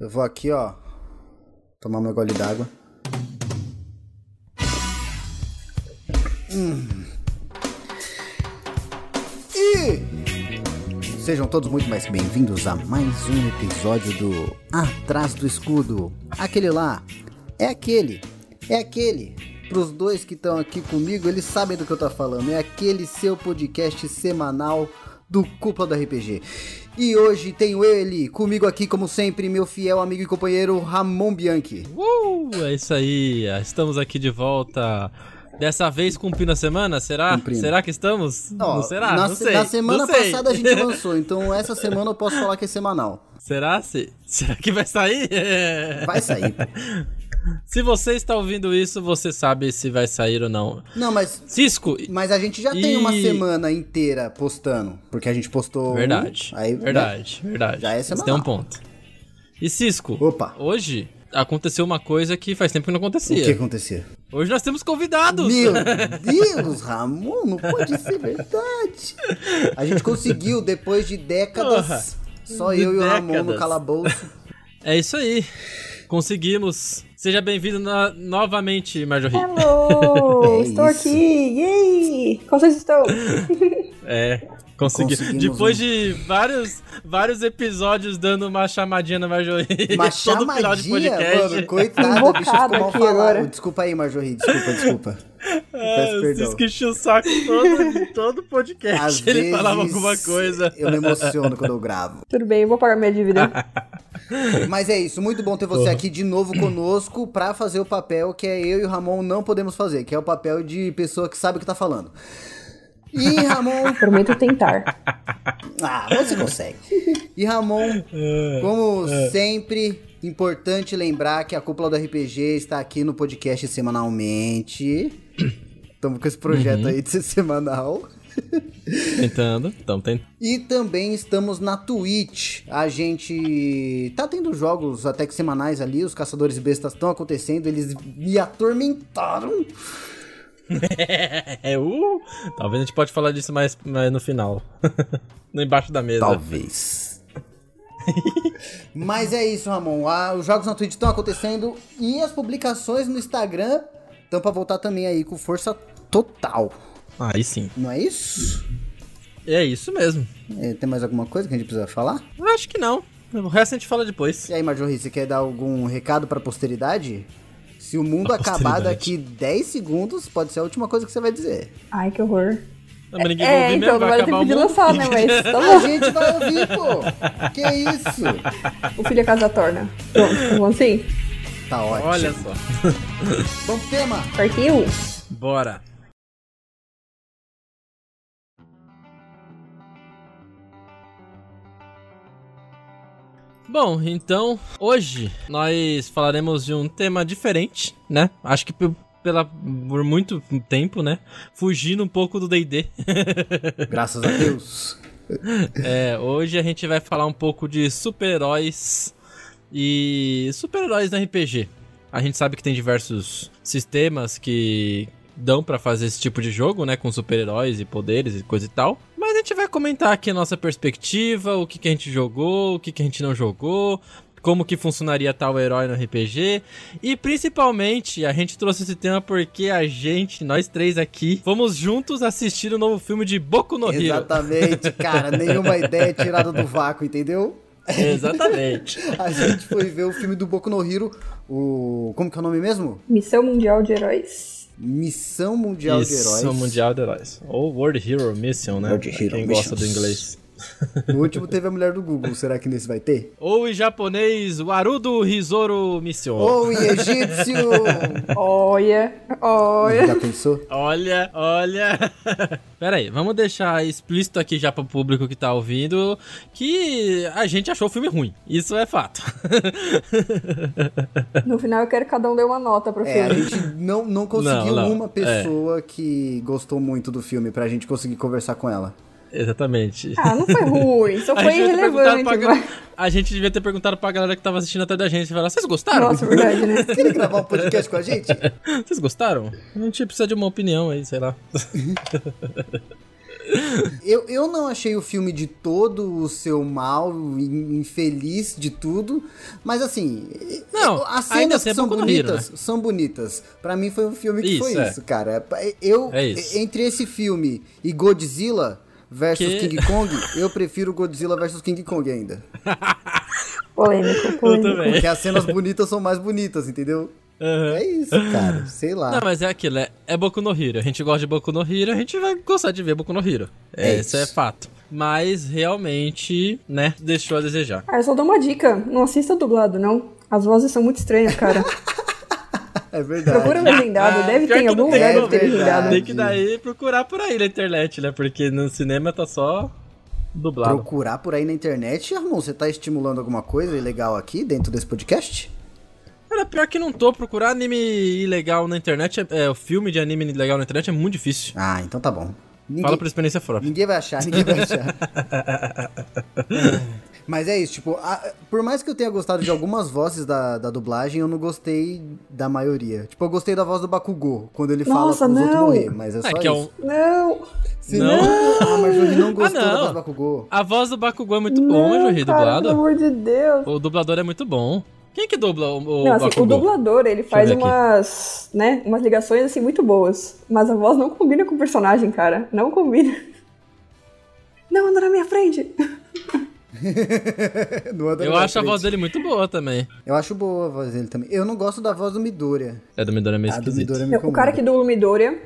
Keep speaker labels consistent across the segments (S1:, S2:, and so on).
S1: Eu vou aqui, ó. Tomar meu gole d'água. Hum. E sejam todos muito mais bem-vindos a mais um episódio do Atrás do Escudo. Aquele lá é aquele, é aquele. Pros dois que estão aqui comigo, eles sabem do que eu tô falando. É aquele seu podcast semanal do Cúpula do RPG. E hoje tenho ele comigo aqui, como sempre, meu fiel amigo e companheiro Ramon Bianchi.
S2: Uh, é isso aí, estamos aqui de volta. Dessa vez cumprindo a semana? Será?
S1: Cumprindo.
S2: Será que estamos?
S1: Ó,
S2: não será?
S1: Na,
S2: não
S1: se-
S2: sei.
S1: na semana
S2: não sei.
S1: passada a gente lançou, então essa semana eu posso falar que é semanal.
S2: Será? Se... Será que vai sair? É.
S1: Vai sair. pô.
S2: Se você está ouvindo isso, você sabe se vai sair ou não.
S1: Não, mas,
S2: Cisco,
S1: mas a gente já tem uma
S2: E-
S1: semana inteira postando, porque a gente postou. um,
S2: Verdade.
S1: aí, né?
S2: verdade, verdade.
S1: Já é
S2: Você
S1: semanal.
S2: tem um ponto. E Cisco,
S1: Opa.
S2: hoje aconteceu uma coisa que faz tempo que não
S1: O que
S2: acontecia.
S1: acontecia?
S2: Hoje nós temos convidados.
S1: Meu Deus, Ramon, não pode ser verdade. A gente conseguiu depois de décadas. Só
S2: de
S1: eu e o Ramon no
S2: décadas.
S1: calabouço.
S2: É isso aí. Conseguimos. Seja bem-vindo na- novamente, Marjorie.
S1: É
S3: Hello! estou
S1: isso.
S3: aqui! Yay! Como vocês estão?
S2: É, consegui.
S1: Conseguimos
S2: Depois
S1: um.
S2: de vários, vários episódios dando uma chamadinha na Marjorie.
S1: Uma
S2: todo final de
S1: chamadinha,
S2: podcast.
S1: mano. Coitado, o
S3: Invocado
S1: bicho ficou mal
S3: aqui
S1: falado.
S3: agora.
S1: Desculpa aí, Marjorie. Desculpa, desculpa.
S2: É,
S1: Peço
S2: o
S1: perdão.
S2: Cisco enchia o saco todo, todo podcast.
S1: Às
S2: ele
S1: vezes
S2: falava alguma coisa.
S1: Eu me emociono quando eu gravo.
S3: Tudo bem, eu vou pagar minha dívida.
S1: Mas é isso, muito bom ter você aqui de novo conosco pra fazer o papel que é eu e o Ramon não podemos fazer, que é o papel de pessoa que sabe o que tá falando. E Ramon.
S3: Prometo tentar.
S1: Ah, você consegue. E Ramon, como sempre, importante lembrar que a cúpula do RPG está aqui no podcast semanalmente. Estamos com esse projeto aí de ser semanal.
S2: Tentando, então tentando.
S1: E também estamos na Twitch. A gente tá tendo jogos até que semanais ali. Os caçadores bestas estão acontecendo. Eles me atormentaram.
S2: É, uh, talvez a gente pode falar disso mais, mais no final. no embaixo da mesa.
S1: Talvez. Mas é isso, Ramon. Ah, os jogos na Twitch estão acontecendo. E as publicações no Instagram estão pra voltar também aí com força total.
S2: Aí sim.
S1: Não é isso?
S2: É isso mesmo.
S1: É, tem mais alguma coisa que a gente precisa falar?
S2: Eu acho que não. O resto a gente fala depois.
S1: E aí, Marjorie, você quer dar algum recado pra posteridade? Se o mundo
S2: Pra
S1: acabar
S2: posteridade.
S1: daqui 10 segundos, pode ser a última coisa que você vai dizer.
S3: Ai, que horror.
S2: Não, mas ninguém vai
S3: É,
S2: ouvir
S3: então
S2: mesmo, vai
S3: agora tem
S2: acabar
S3: que
S2: o
S3: de
S2: mundo.
S3: lançar, né? Mas tá
S1: A
S3: bom.
S1: gente vai ouvir, pô! Que isso?
S3: O filho é casa da torna. Pronto, tá bom assim?
S1: Tá ótimo.
S2: Olha só.
S1: Bom tema!
S3: Partiu?
S2: Bora. Bom, então hoje nós falaremos de um tema diferente, né? Acho que pe- pela, por muito tempo, né? Fugindo um pouco do DD.
S1: Graças a Deus.
S2: É, hoje a gente vai falar um pouco de super-heróis e super-heróis no RPG. A gente sabe que tem diversos sistemas que dão pra fazer esse tipo de jogo, né, com super-heróis e poderes e coisa e tal. Mas a gente vai comentar aqui a nossa perspectiva, o que, que a gente jogou, o que, que a gente não jogou, como que funcionaria tal herói no RPG. E principalmente, a gente trouxe esse tema porque a gente, nós três aqui, fomos juntos assistir o novo filme de Boku no Hero.
S1: Exatamente, cara. Nenhuma ideia é tirada do vácuo, entendeu?
S2: Exatamente.
S1: A gente foi ver o filme do Boku no Hero, o. Como que é o nome mesmo?
S3: Missão Mundial de Heróis.
S1: Missão Mundial de Heróis.
S2: Isso, Mundial de Heróis. Ou World Hero Mission, né?
S1: World
S2: Pra
S1: Hero
S2: quem gosta do
S1: Missions.
S2: inglês.
S1: O último teve a mulher do Google. Será que nesse vai ter?
S2: Ou em japonês, Warudo Rizoro Mission.
S1: Ou em egípcio!
S3: Olha, olha.
S1: Já pensou?
S2: Olha, olha. Pera aí, vamos deixar explícito aqui já pro público que tá ouvindo que a gente achou o filme ruim. Isso é fato.
S3: No final eu quero que cada um dê uma nota pro
S1: É, a
S3: filme.
S1: gente não, não conseguiu
S2: Não, é. não.
S1: uma pessoa que gostou muito do filme pra gente conseguir conversar com ela.
S2: Exatamente.
S3: Ah, não foi ruim, só
S2: A
S3: foi
S1: tá
S2: gente devia ter
S3: irrelevante.
S2: perguntado pra
S3: Mas...
S2: gal- A gente devia ter perguntado pra galera que tava assistindo atrás da gente. Falar, vocês gostaram?
S3: Nossa, verdade, né?
S1: Querem gravar um podcast com a gente?
S2: Vocês gostaram? A gente precisa de uma opinião aí, sei lá.
S1: Eu, eu não achei o filme de todo o seu mal, in- infeliz de tudo, mas assim,
S2: Não,
S1: eu- as
S2: ainda
S1: cenas
S2: assim
S1: que
S2: é
S1: são
S2: bom quando riram,
S1: bonitas, são bonitas. Pra mim foi um filme que
S2: Isso,
S1: foi
S2: é.
S1: isso, cara. Eu
S2: É isso.
S1: entre esse filme e Godzilla versus
S2: Que-
S1: King Kong, eu prefiro Godzilla versus King Kong ainda.
S3: Polêmico,
S2: Eu
S3: polêmico.
S2: também.
S1: Porque as cenas bonitas são mais bonitas, entendeu?
S2: É. Aham.
S1: É isso, cara. Sei lá.
S2: Não, mas é aquilo, é, é Boku no Hero. A gente gosta de Boku no Hero, a gente vai gostar de ver Boku no Hero.
S1: É
S2: É, isso é
S1: isso.
S2: fato. Mas realmente, né, deixou a desejar.
S3: Ah, eu só dou uma dica. Não assista dublado, não. As vozes são muito estranhas, cara.
S1: É verdade.
S3: Procura legendado. Deve
S2: Ah, Pior
S3: ter em
S2: que
S3: algum
S2: não tem,
S3: lugar
S1: é
S3: deve ter
S1: verdade.
S3: legendado.
S2: Tem que daí procurar por aí na internet, né? Porque no cinema tá só dublado.
S1: Procurar por aí na internet, irmão, você tá estimulando alguma coisa ilegal aqui dentro desse podcast?
S2: Cara, pior que não tô. Procurar anime ilegal na internet, é, é, o filme de anime ilegal na internet é muito difícil.
S1: Ah, então tá bom. Ninguém,
S2: Fala por experiência própria.
S1: ninguém vai achar, ninguém vai achar. Mas é isso, tipo, a- por mais que eu tenha gostado de algumas vozes da, da dublagem, eu não gostei da maioria. Tipo, eu gostei da voz do Bakugou, quando ele fala
S3: Nossa,
S1: para os outros
S3: não.
S1: morrer, mas é só
S2: É que é
S1: isso.
S2: um...
S3: Não.
S1: Se
S2: Não.
S1: não, a Marjorie não gostou
S2: Ah, não.
S1: da voz do Bakugou.
S2: A voz do Bakugou é muito bom, mas o
S3: cara,
S2: dublado.
S3: Pelo amor de Deus.
S2: O dublador é muito bom. Quem que dubla o, o
S3: Não, assim,
S2: Bakugou?
S3: o dublador, ele faz
S2: ver aqui.
S3: umas, né, umas ligações, assim, muito boas. Mas a voz não combina com o personagem, cara. Não combina. Não anda na minha frente.
S1: Não anda
S2: Eu
S1: na
S2: acho a
S1: frente.
S2: voz dele muito boa também.
S1: Eu acho boa a voz dele também. Eu não gosto da voz do Midoriya.
S2: É do Midori é meio
S1: A Ah, do
S2: esquisito.
S1: Midoriya me
S3: o cara
S1: incomoda.
S3: que dubla o Midoriya,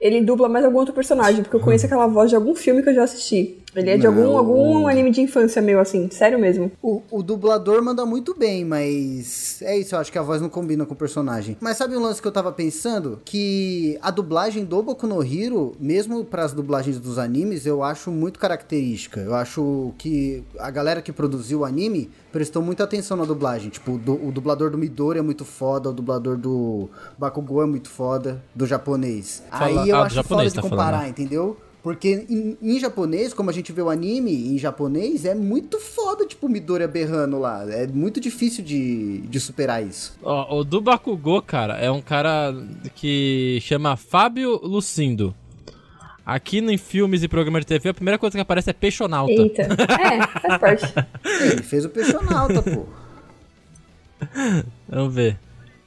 S3: ele dubla mais algum outro personagem. Porque eu conheço aquela voz de algum filme que eu já assisti. Ele é de
S1: Uhum. Não.
S3: algum, algum anime de infância meu, assim. Sério mesmo.
S1: O, o dublador manda muito bem, mas é isso, eu acho que a voz não combina com o personagem. Mas sabe um lance que eu tava pensando? Que a dublagem do Boku no Hero, mesmo pras dublagens dos animes, eu acho muito característica. Eu acho que a galera que produziu o anime prestou muita atenção na dublagem. Tipo, o, du- o dublador do Midori é muito foda, o dublador do Bakugou é muito foda, do japonês.
S2: Fala-
S1: Aí eu
S2: ah, do
S1: acho
S2: japonês
S1: foda
S2: tá
S1: de
S2: falando,
S1: comparar,
S2: né?
S1: ah, entendeu? Porque em, em japonês, como a gente vê o anime em japonês, é muito foda, tipo, o Midoriya berrando lá. É muito difícil de, de superar isso.
S2: Ó, o do Bakugou, cara, é um cara que chama Fábio Lucindo. Aqui no- em filmes e programas de TV, a primeira coisa que aparece é Peixonauta.
S3: Eita. É, faz parte.
S1: Ele fez o Peixonauta, pô.
S2: Vamos ver.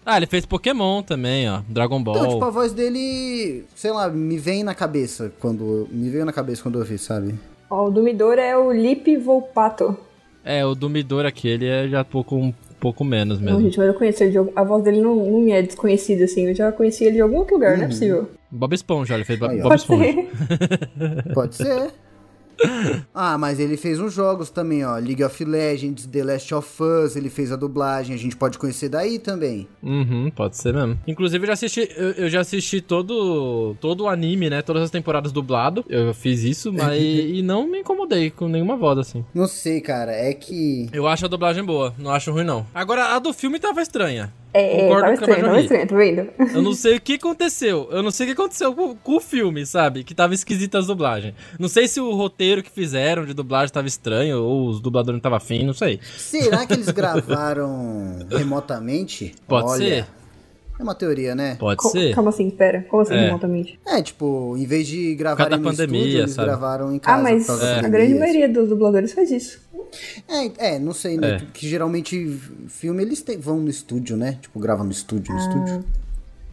S2: Ah, ele fez Pokémon também, ó. Dragon Ball.
S1: Então, tipo, a voz dele, sei lá, me vem na cabeça quando. Me veio na cabeça quando eu vi, sabe?
S3: Ó, o do Midoriya é o Lip Volpato.
S2: É, o do Midori aqui, ele é já pouco, um pouco menos
S3: Não,
S2: mesmo.
S3: Então, gente, mas eu conheço ele de algum- A voz dele não, não me é desconhecida, assim. Eu já conheci ele de algum outro lugar, não
S2: Uhum.
S3: é possível.
S2: Bob Esponja, ele fez Bo-
S1: Aí, ó.
S2: Bob Esponja.
S1: Pode ser. Ah, mas ele fez uns jogos também, ó. League of Legends, The Last of Us, ele fez a dublagem, a gente pode conhecer daí também.
S2: Uhum, pode ser mesmo. Inclusive, eu já assisti, eu, eu já assisti todo, todo o anime, né? Todas as temporadas dublado. Eu fiz isso, mas. e não me incomodei com nenhuma voz, assim.
S1: Não sei, cara, é que.
S2: Eu acho a dublagem boa, não acho ruim, não. Agora, a do filme tava estranha.
S3: É,
S2: Concordo
S3: tava
S2: com o que
S3: estranho,
S2: eu
S3: tava
S2: vi.
S3: estranho, tá vendo?
S2: Eu não sei o que aconteceu. Eu não sei o que aconteceu com, com o filme, sabe? Que tava esquisita as dublagens. Não sei se o roteiro que fizeram de dublagem tava estranho, ou os dubladores não tava afim, não sei.
S1: Será que eles gravaram remotamente?
S2: Pode
S1: Olha,
S2: ser?
S1: É uma teoria, né?
S2: Pode
S3: Co-
S2: ser.
S3: Calma assim, pera. Como assim
S2: É.
S3: remotamente?
S1: É, tipo, em vez de gravarem
S2: Cada
S1: no
S2: pandemia,
S1: estúdio, eles
S2: sabe?
S1: gravaram em
S3: Ah,
S1: casa. por
S3: mas
S1: causa da
S3: a
S1: pandemia.
S3: grande maioria dos dubladores faz isso.
S1: É, é, não sei, né?
S2: É.
S1: Porque geralmente filme eles te- vão no estúdio, né? Tipo, gravam no estúdio,
S3: Ah.
S1: no estúdio.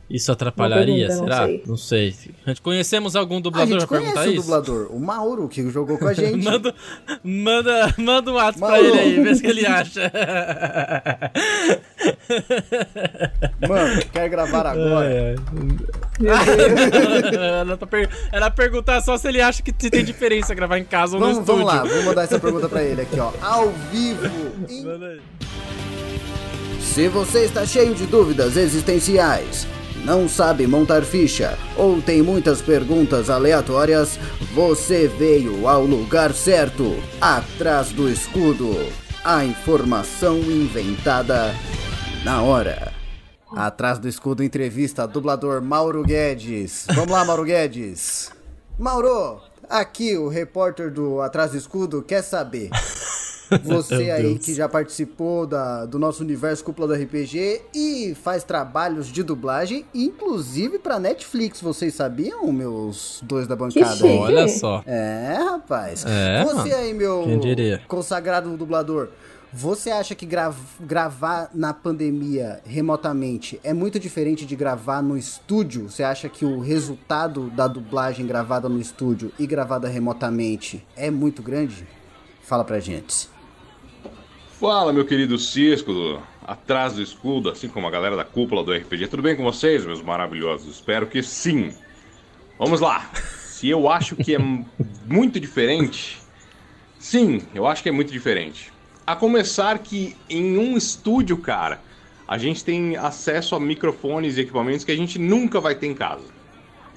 S2: Isso atrapalharia,
S3: pergunta, não
S2: será?
S3: sei.
S2: Não sei. A gente conhecemos algum
S1: a
S2: dublador
S1: gente
S2: pra perguntar
S1: conhece o
S2: isso?
S1: dublador, o Mauro, que jogou com a gente.
S2: Manda, manda, manda um ato pra
S1: Mauro.
S2: ele aí, vê se ele acha.
S1: Mano, quer
S2: É.
S1: gravar agora?
S2: Ela tá per- Ela perguntar só se ele acha que se tem diferença gravar em casa ou no
S1: Vamos,
S2: estúdio.
S1: vamos lá, vou mandar essa pergunta pra ele aqui, ó. Ao vivo, em
S2: Manda aí.
S1: Se você está cheio de dúvidas existenciais, não sabe montar ficha ou tem muitas perguntas aleatórias, você veio ao lugar certo atrás do escudo. A informação inventada na hora. Atrás do escudo entrevista dublador Mauro Guedes. Vamos lá, Mauro Guedes. Mauro, aqui o repórter do Atrás do Escudo quer saber. Você
S2: Meu
S1: aí
S2: Deus.
S1: que já participou da, do nosso universo Cúpula do RPG e faz trabalhos de dublagem, inclusive pra Netflix, vocês sabiam, meus dois da bancada?
S3: chique.
S1: aí?
S2: Olha só.
S1: É, rapaz.
S2: É,
S1: você
S2: mano.
S1: aí, meu
S2: Quem diria?
S1: consagrado dublador, você acha que grav- gravar na pandemia remotamente é muito diferente de gravar no estúdio? Você acha que o resultado da dublagem gravada no estúdio e gravada remotamente é muito grande? Fala pra gente.
S4: Fala, meu querido Cisco, do- atrás do escudo, assim como a galera da cúpula do RPG. Tudo bem com vocês, meus maravilhosos? Espero que sim. Vamos lá. Se eu acho que é m- muito diferente, sim, eu acho que é muito diferente. A começar que em um estúdio, cara, a gente tem acesso a microfones e equipamentos que a gente nunca vai ter em casa.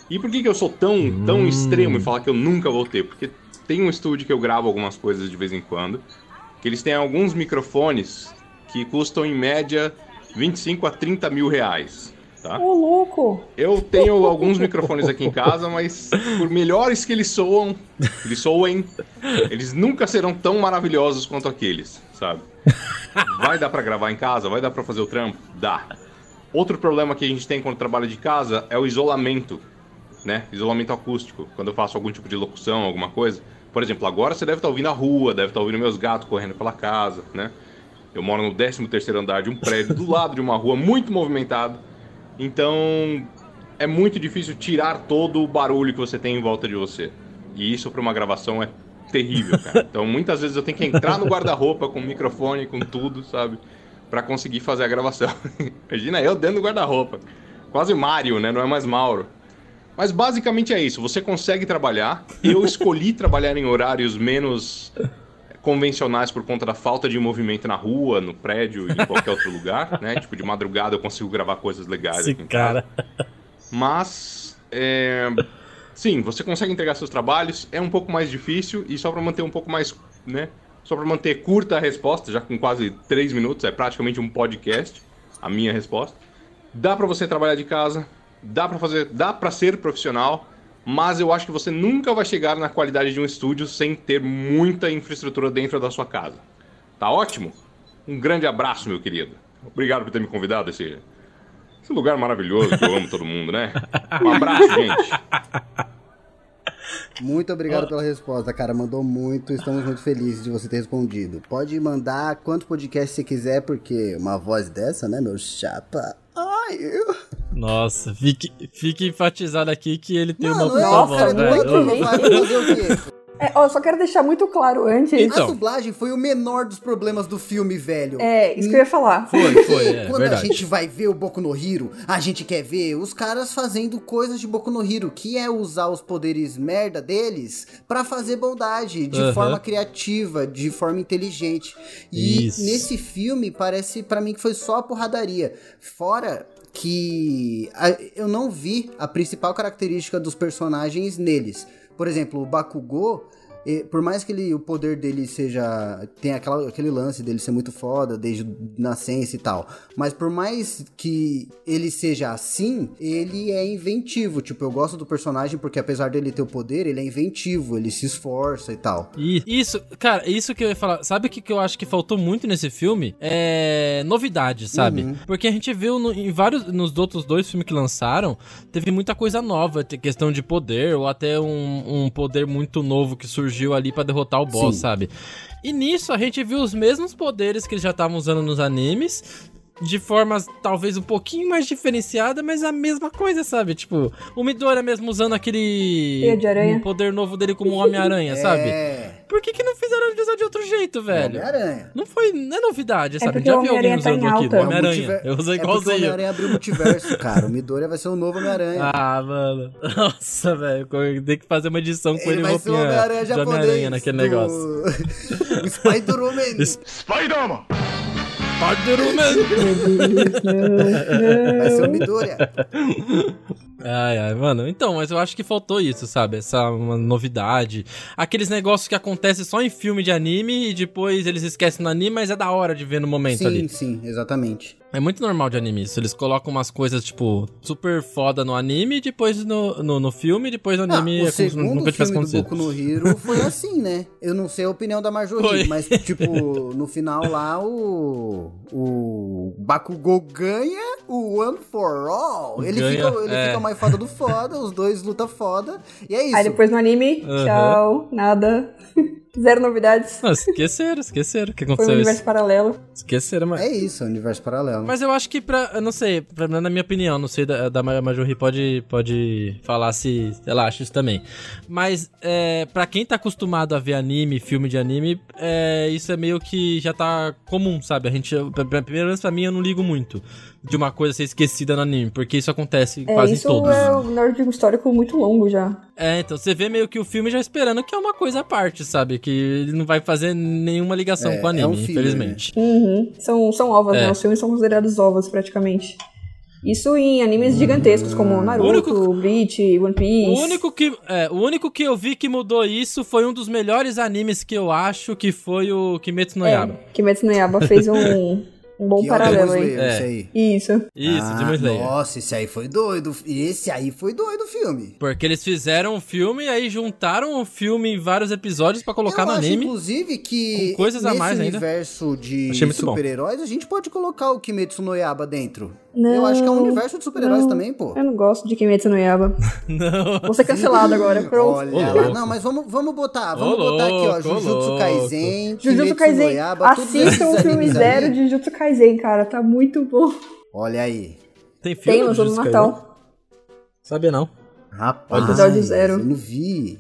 S4: E por que, que eu sou tão, tão
S2: Hum.
S4: extremo e falar que eu nunca vou ter? Porque tem um estúdio que eu gravo algumas coisas de vez em quando que eles têm alguns microfones que custam em média 25 a 30 mil reais.
S2: Ah.
S4: Tá?
S3: Ô, louco!
S4: Eu tenho alguns microfones aqui em casa, mas por melhores que eles soam, eles soem, eles nunca serão tão maravilhosos quanto aqueles, sabe? Vai dar pra gravar em casa? Vai dar pra fazer o trampo? Dá. Outro problema que a gente tem quando trabalha de casa é o isolamento, né? Isolamento acústico. Quando eu faço algum tipo de locução, alguma coisa. Por exemplo, agora você deve estar ouvindo a rua, deve estar ouvindo meus gatos correndo pela casa, né? Eu moro no 13º andar de um prédio do lado de uma rua muito movimentada. Então, é muito difícil tirar todo o barulho que você tem em volta de você. E isso para uma gravação é terrível, cara. Então, muitas vezes eu tenho que entrar no guarda-roupa com o microfone, com tudo, sabe? Pra conseguir fazer a gravação. Imagina eu dentro do guarda-roupa. Quase Mario, né? Não é mais Mauro. Mas basicamente é isso. Você consegue trabalhar. Eu escolhi trabalhar em horários menos convencionais por conta da falta de movimento na rua, no prédio e em qualquer outro lugar, né? Tipo, de madrugada eu consigo gravar coisas legais.
S2: Esse
S4: aqui em casa.
S2: cara.
S4: Mas, é, sim, você consegue entregar seus trabalhos, é um pouco mais difícil e só para manter um pouco mais, né? Só para manter curta a resposta, já com quase 3 minutos, é praticamente um podcast, a minha resposta. Dá para você trabalhar de casa, dá para fazer, dá para ser profissional, mas eu acho que você nunca vai chegar na qualidade de um estúdio sem ter muita infraestrutura dentro da sua casa. Tá ótimo? Um grande abraço, meu querido. Obrigado por ter me convidado esse esse lugar maravilhoso que eu amo todo mundo, né? Um abraço, gente.
S1: Muito obrigado pela resposta, cara. Mandou muito. Estamos muito felizes de você ter respondido. Pode mandar quanto podcast você quiser, porque uma voz dessa, né, meu chapa? Ai, eu...
S2: Nossa, fique, fique enfatizado aqui que ele tem uma
S1: Mano,
S2: puta
S3: nossa,
S2: voz,
S3: é
S1: cara,
S3: muito
S2: velho.
S1: dublador,
S3: bem.
S1: vai fazer o quê?
S3: É, ó, só quero deixar muito claro antes.
S2: Então.
S1: a dublagem foi o menor dos problemas do filme, velho.
S3: É, isso que eu ia falar.
S2: Foi, foi, é
S1: Quando a
S2: verdade.
S1: gente vai ver o Boku no Hiro, a gente quer ver os caras fazendo coisas de Boku no Hiro, que é usar os poderes merda deles pra fazer bondade, de
S2: Aham.
S1: forma criativa, de forma inteligente. E
S2: Isso.
S1: nesse filme parece pra mim que foi só a porradaria. Fora que a- eu não vi a principal característica dos personagens neles. Por exemplo, o Bakugou, eh, por mais que ele, o poder dele seja. tem aquela- aquele lance dele ser muito foda desde nascença e tal. Mas por mais que ele seja assim, ele é inventivo. Tipo, eu gosto do personagem porque apesar dele ter o poder, ele é inventivo, ele se esforça e tal.
S2: E Isso, cara, isso que eu ia falar. Sabe o que, que eu acho que faltou muito nesse filme? É novidade, sabe?
S1: Uhum.
S2: Porque a gente viu no- em vários, nos outros dois filmes que lançaram, teve muita coisa nova, tem questão de poder, ou até um, um poder muito novo que surgiu ali pra derrotar o boss,
S1: Sim.
S2: sabe? E nisso a gente viu os mesmos poderes que eles já estavam usando nos animes. De forma talvez um pouquinho mais diferenciada, mas a mesma coisa, sabe? Tipo, o Midori mesmo usando aquele.
S3: Teia de aranha.
S2: um poder novo dele como Homem-Aranha, sabe?
S1: É.
S2: Por que, que não fizeram ele usar de outro jeito, velho?
S1: Homem-Aranha.
S2: Não foi. Não é novidade, sabe?
S3: porque
S2: Já
S3: o
S2: vi alguém
S3: Homem-Aranha tá
S2: usando
S3: em
S2: aqui.
S3: alta.
S2: Homem-Aranha.
S1: multiver-
S2: Eu usei
S1: é porque o
S2: igualzinho.
S1: Homem-Aranha abriu o multiverso, cara. O Midoriya vai ser o novo Homem-Aranha.
S2: Ah, mano. Nossa, velho. Tem que fazer uma edição com ele,
S1: ele vai ser o
S2: roupinha
S1: Homem-Aranha
S2: de
S1: japonês.
S2: Homem-Aranha naquele
S1: do-
S2: negócio.
S1: o Spider-Man.
S4: Spider-Man!
S2: Spider-Man!
S1: Vai ser o Midoriya.
S2: ai, ai, mano. Então, mas eu acho que faltou isso, sabe? Essa uma novidade. Aqueles negócios que acontecem só em filme de anime e depois eles esquecem no anime, mas é da hora de ver no momento
S1: Sim,
S2: ali.
S1: sim, exatamente.
S2: É muito normal de anime isso. Eles colocam umas coisas, tipo, super foda no anime, depois no, no, no filme, depois no
S1: Ah,
S2: anime.
S1: o
S2: é como se
S1: segundo
S2: nunca tivesse
S1: filme do
S2: acontecido.
S1: Boku no Hero foi assim, né? Eu não sei a opinião da
S2: Foi.
S1: Marjorie, mas tipo, no final lá o o Bakugou ganha o One for All. Ele
S2: Ganha,
S1: fica ele
S2: é.
S1: fica mais foda do foda, os dois luta foda. E é isso.
S3: Aí depois no anime,
S2: Aham.
S3: tchau, nada. Zero novidades.
S2: Não, esqueceram, esqueceram que
S3: Foi um
S2: aconteceu
S3: universo
S2: isso.
S3: paralelo.
S2: Esqueceram, mas.
S1: É isso, é um universo paralelo.
S2: Mas eu acho que pra. Eu não sei, pra, na minha opinião, não sei, da, da Ma- Majorri pode, pode falar se ela acha isso também. Mas é, pra quem tá acostumado a ver anime, filme de anime, é, isso é meio que já tá comum, sabe? A gente. pra- pra- Pelo menos pra mim eu não ligo muito de uma coisa ser esquecida no anime, porque isso acontece em
S3: É,
S2: quase
S3: isso
S2: todos.
S3: é um nerd histórico muito longo já.
S2: É, então você vê meio que o filme já esperando que é uma coisa à parte, sabe? Que ele não vai fazer nenhuma ligação
S1: É,
S2: com o anime,
S1: é um filler,
S2: infelizmente.
S3: Uhum. São, são ovas,
S2: É.
S3: né? Os filmes são considerados ovas, praticamente. Isso em animes gigantescos, como Naruto,
S2: Ah. único-
S3: Bleach, One Piece.
S2: O único, que, é, o único que eu vi que mudou isso foi um dos melhores animes que eu acho, que foi o Kimetsu no
S3: É,
S2: Yaba.
S3: Kimetsu no Yaba fez um, um bom
S1: Que é o
S3: paralelo
S1: Demon
S3: aí.
S1: Slayer,
S2: É.
S1: isso aí.
S3: Isso.
S2: Isso,
S1: Ah,
S2: Demon Slayer.
S1: Nossa, esse aí foi doido. Esse aí foi doido o filme.
S2: Porque eles fizeram um filme e aí juntaram o filme em vários episódios pra colocar
S1: Eu
S2: no
S1: acho,
S2: anime.
S1: inclusive, que
S2: com coisas a
S1: nesse
S2: mais ainda.
S1: universo de
S2: Achei muito bom.
S1: super-heróis, a gente pode colocar o Kimetsu no Yaba dentro.
S3: Não,
S1: eu acho que é um universo de super-heróis
S3: não.
S1: também, pô.
S3: Eu não gosto de Kimetsu no Yaba.
S2: Não.
S3: Vou ser cancelado agora. Pronto.
S1: Olha
S2: Ô,
S1: lá.
S2: louco.
S1: Não, mas vamos, vamos botar.
S2: Ô,
S1: Vamos botar aqui, ó.
S2: louco, ô,
S1: Jujutsu
S2: louco.
S1: Kaisen,
S3: Jujutsu
S1: Kimetsu no
S3: Kaisen.
S1: Yaba, todos
S3: Assistam o
S1: esses
S3: filme
S1: animes
S3: zero
S1: aí.
S3: de Jujutsu Kaisen, cara. Tá muito bom.
S1: Olha aí.
S2: Tem filme
S3: Tem o
S2: do
S3: jogo do
S2: Jujutsu Kaisen?
S3: Natal.
S2: Sabia não.
S1: Rapaz,
S3: Episódio zero.
S1: eu não vi.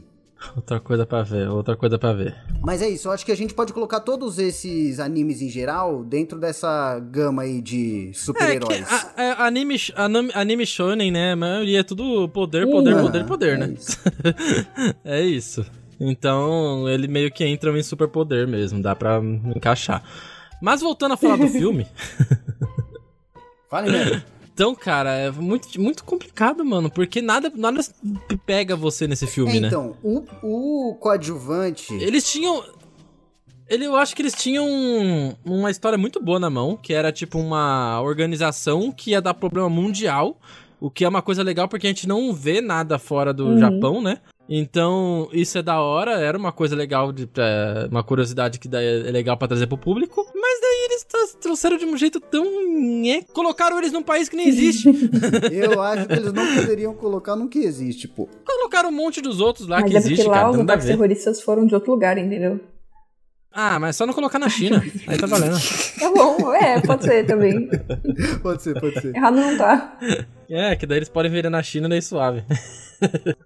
S2: Outra coisa pra ver, outra coisa pra ver.
S1: Mas é isso, eu acho que a gente pode colocar todos esses animes em geral dentro dessa gama aí de
S2: É que
S1: super-heróis.
S2: a- a- anime, sh- anime, anime shonen, né? A maioria é tudo poder,
S3: Ih,
S2: poder,
S1: Ah,
S2: poder, poder,
S1: é
S2: né?
S1: isso.
S2: é isso. Então, ele meio que entra em superpoder mesmo, dá pra encaixar. Mas voltando a falar do filme,
S1: Fale mesmo.
S2: então, cara, é muito, muito complicado, mano, porque nada, nada pega você nesse filme,
S1: É,
S2: né?
S1: então, o, o coadjuvante.
S2: Eles tinham. Ele, eu acho que eles tinham um- uma história muito boa na mão, que era tipo uma organização que ia dar problema mundial, o que é uma coisa legal porque a gente não vê nada fora do
S3: Uhum.
S2: Japão, né? Então, isso é da hora, era uma coisa legal, de, é, uma curiosidade que daí é legal pra trazer pro público. Mas daí eles tra- trouxeram de um jeito tão. nhé, colocaram eles num país que nem existe.
S1: Eu acho que eles não poderiam colocar num que existe, pô.
S2: colocaram um monte dos outros lá
S3: Mas
S2: que
S3: é
S2: existe,
S3: porque lá
S2: cara.
S3: os
S2: Não dá a
S3: ataques
S2: ver.
S3: terroristas foram de outro lugar, entendeu?
S2: Ah, mas só não colocar na China. Aí tá valendo.
S3: Tá bom, é, pode ser também.
S1: Pode ser, pode ser.
S3: Errado não tá.
S2: É, que daí eles podem virar na China daí suave.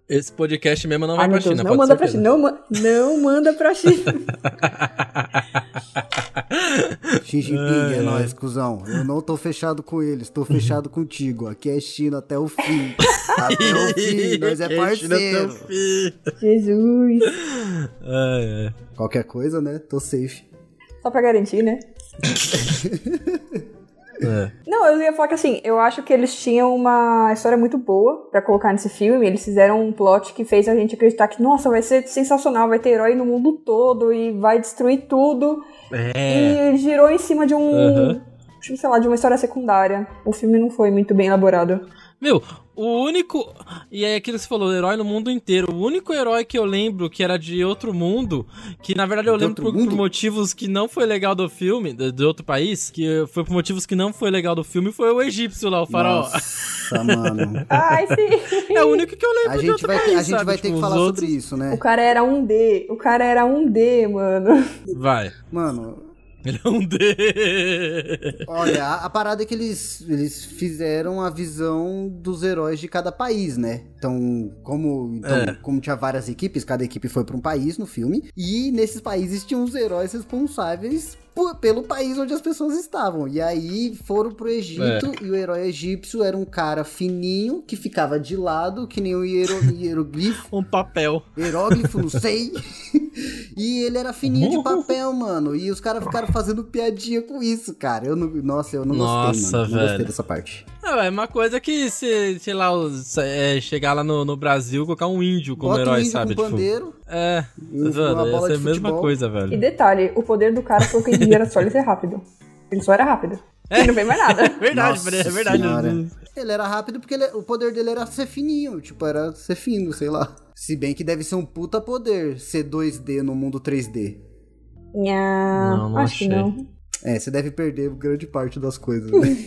S2: Esse podcast mesmo não vai
S3: Ai,
S2: pra
S3: meu Deus,
S2: China,
S3: Ah, não
S2: pode
S3: manda pra
S2: certeza.
S3: China. Não, ma- não manda pra China.
S1: Xi Jinping, é nóis, cuzão. Eu não tô fechado com eles, tô fechado contigo. Aqui é China até o fim. Até o fim, nós é
S2: Que China tem um
S1: parceiro.
S2: fim.
S3: Jesus.
S2: Ai, ai.
S1: Qualquer coisa, né? Tô safe.
S3: Só pra garantir, né?
S2: É.
S3: Não, eu ia falar que assim, eu acho que eles tinham uma história muito boa pra colocar nesse filme. Eles fizeram um plot que fez a gente acreditar que, nossa, vai ser sensacional, vai ter herói no mundo todo e vai destruir tudo.
S2: É.
S3: E girou em cima de um.
S2: Aham.
S3: tipo, Sei lá, de uma história secundária. O filme não foi muito bem elaborado.
S2: Meu, o único. E é aquilo que você falou, herói no mundo inteiro. O único herói que eu lembro que era de outro mundo, que na verdade eu
S1: De
S2: lembro
S1: outro
S2: por, por
S1: mundo?
S2: motivos que não foi legal do filme, de, de outro país, que foi por motivos que não foi legal do filme, foi o egípcio lá, o faraó.
S1: Nossa, mano.
S3: Ai, sim!
S2: É o único que eu lembro
S1: A
S2: de
S1: gente
S2: outro
S1: vai, ter,
S2: país.
S1: a gente
S2: sabe?
S1: vai ter
S2: Tipo,
S1: que
S2: os
S1: falar
S2: outros...
S1: sobre isso,
S3: O
S1: né?
S3: cara era um D. O cara era um D, mano.
S2: Vai.
S1: Mano,
S2: Ele é um D.
S1: olha, a, a parada é que eles, eles fizeram a visão dos heróis de cada país, né? Então, como, então,
S2: É.
S1: como tinha várias equipes, cada equipe foi pra um país no filme, e nesses países tinham os heróis responsáveis por- pelo país onde as pessoas estavam. E aí foram pro Egito, e o herói egípcio era um cara fininho que ficava de lado, que nem o hiero- hieroglifo.
S2: um papel.
S1: Heróglifo, não sei. E ele era fininho de papel, mano. E os caras ficaram fazendo piadinha com isso, cara. Eu não, nossa, eu não gostei,
S2: Nossa,
S1: mano. Não gostei
S2: velho.
S1: dessa parte.
S2: é uma coisa que se, sei lá, os- é, chegar lá no, no Brasil, colocar um índio como
S1: Bota um
S2: herói,
S1: índio
S2: sabe?
S1: com
S2: Tipo,
S1: bandeiro,
S2: é, tá
S1: e uma
S2: vendo? Ia
S1: bola de
S2: ser a
S1: futebol.
S2: mesma coisa,
S3: E
S2: velho.
S3: detalhe, o poder do cara foi o que ele era só ele ser rápido. Ele só era rápido. E não vem mais nada.
S2: Verdade,
S1: Nossa
S2: é verdade.
S1: senhora. Ele era rápido porque ele- o poder dele era ser fininho, tipo, era ser fino, sei lá. Se bem que deve ser um puta poder ser 2D no mundo 3D.
S3: Nhá,
S2: Não, não
S3: acho que
S2: achei.
S3: não.
S1: É, você deve perder grande parte das coisas, né?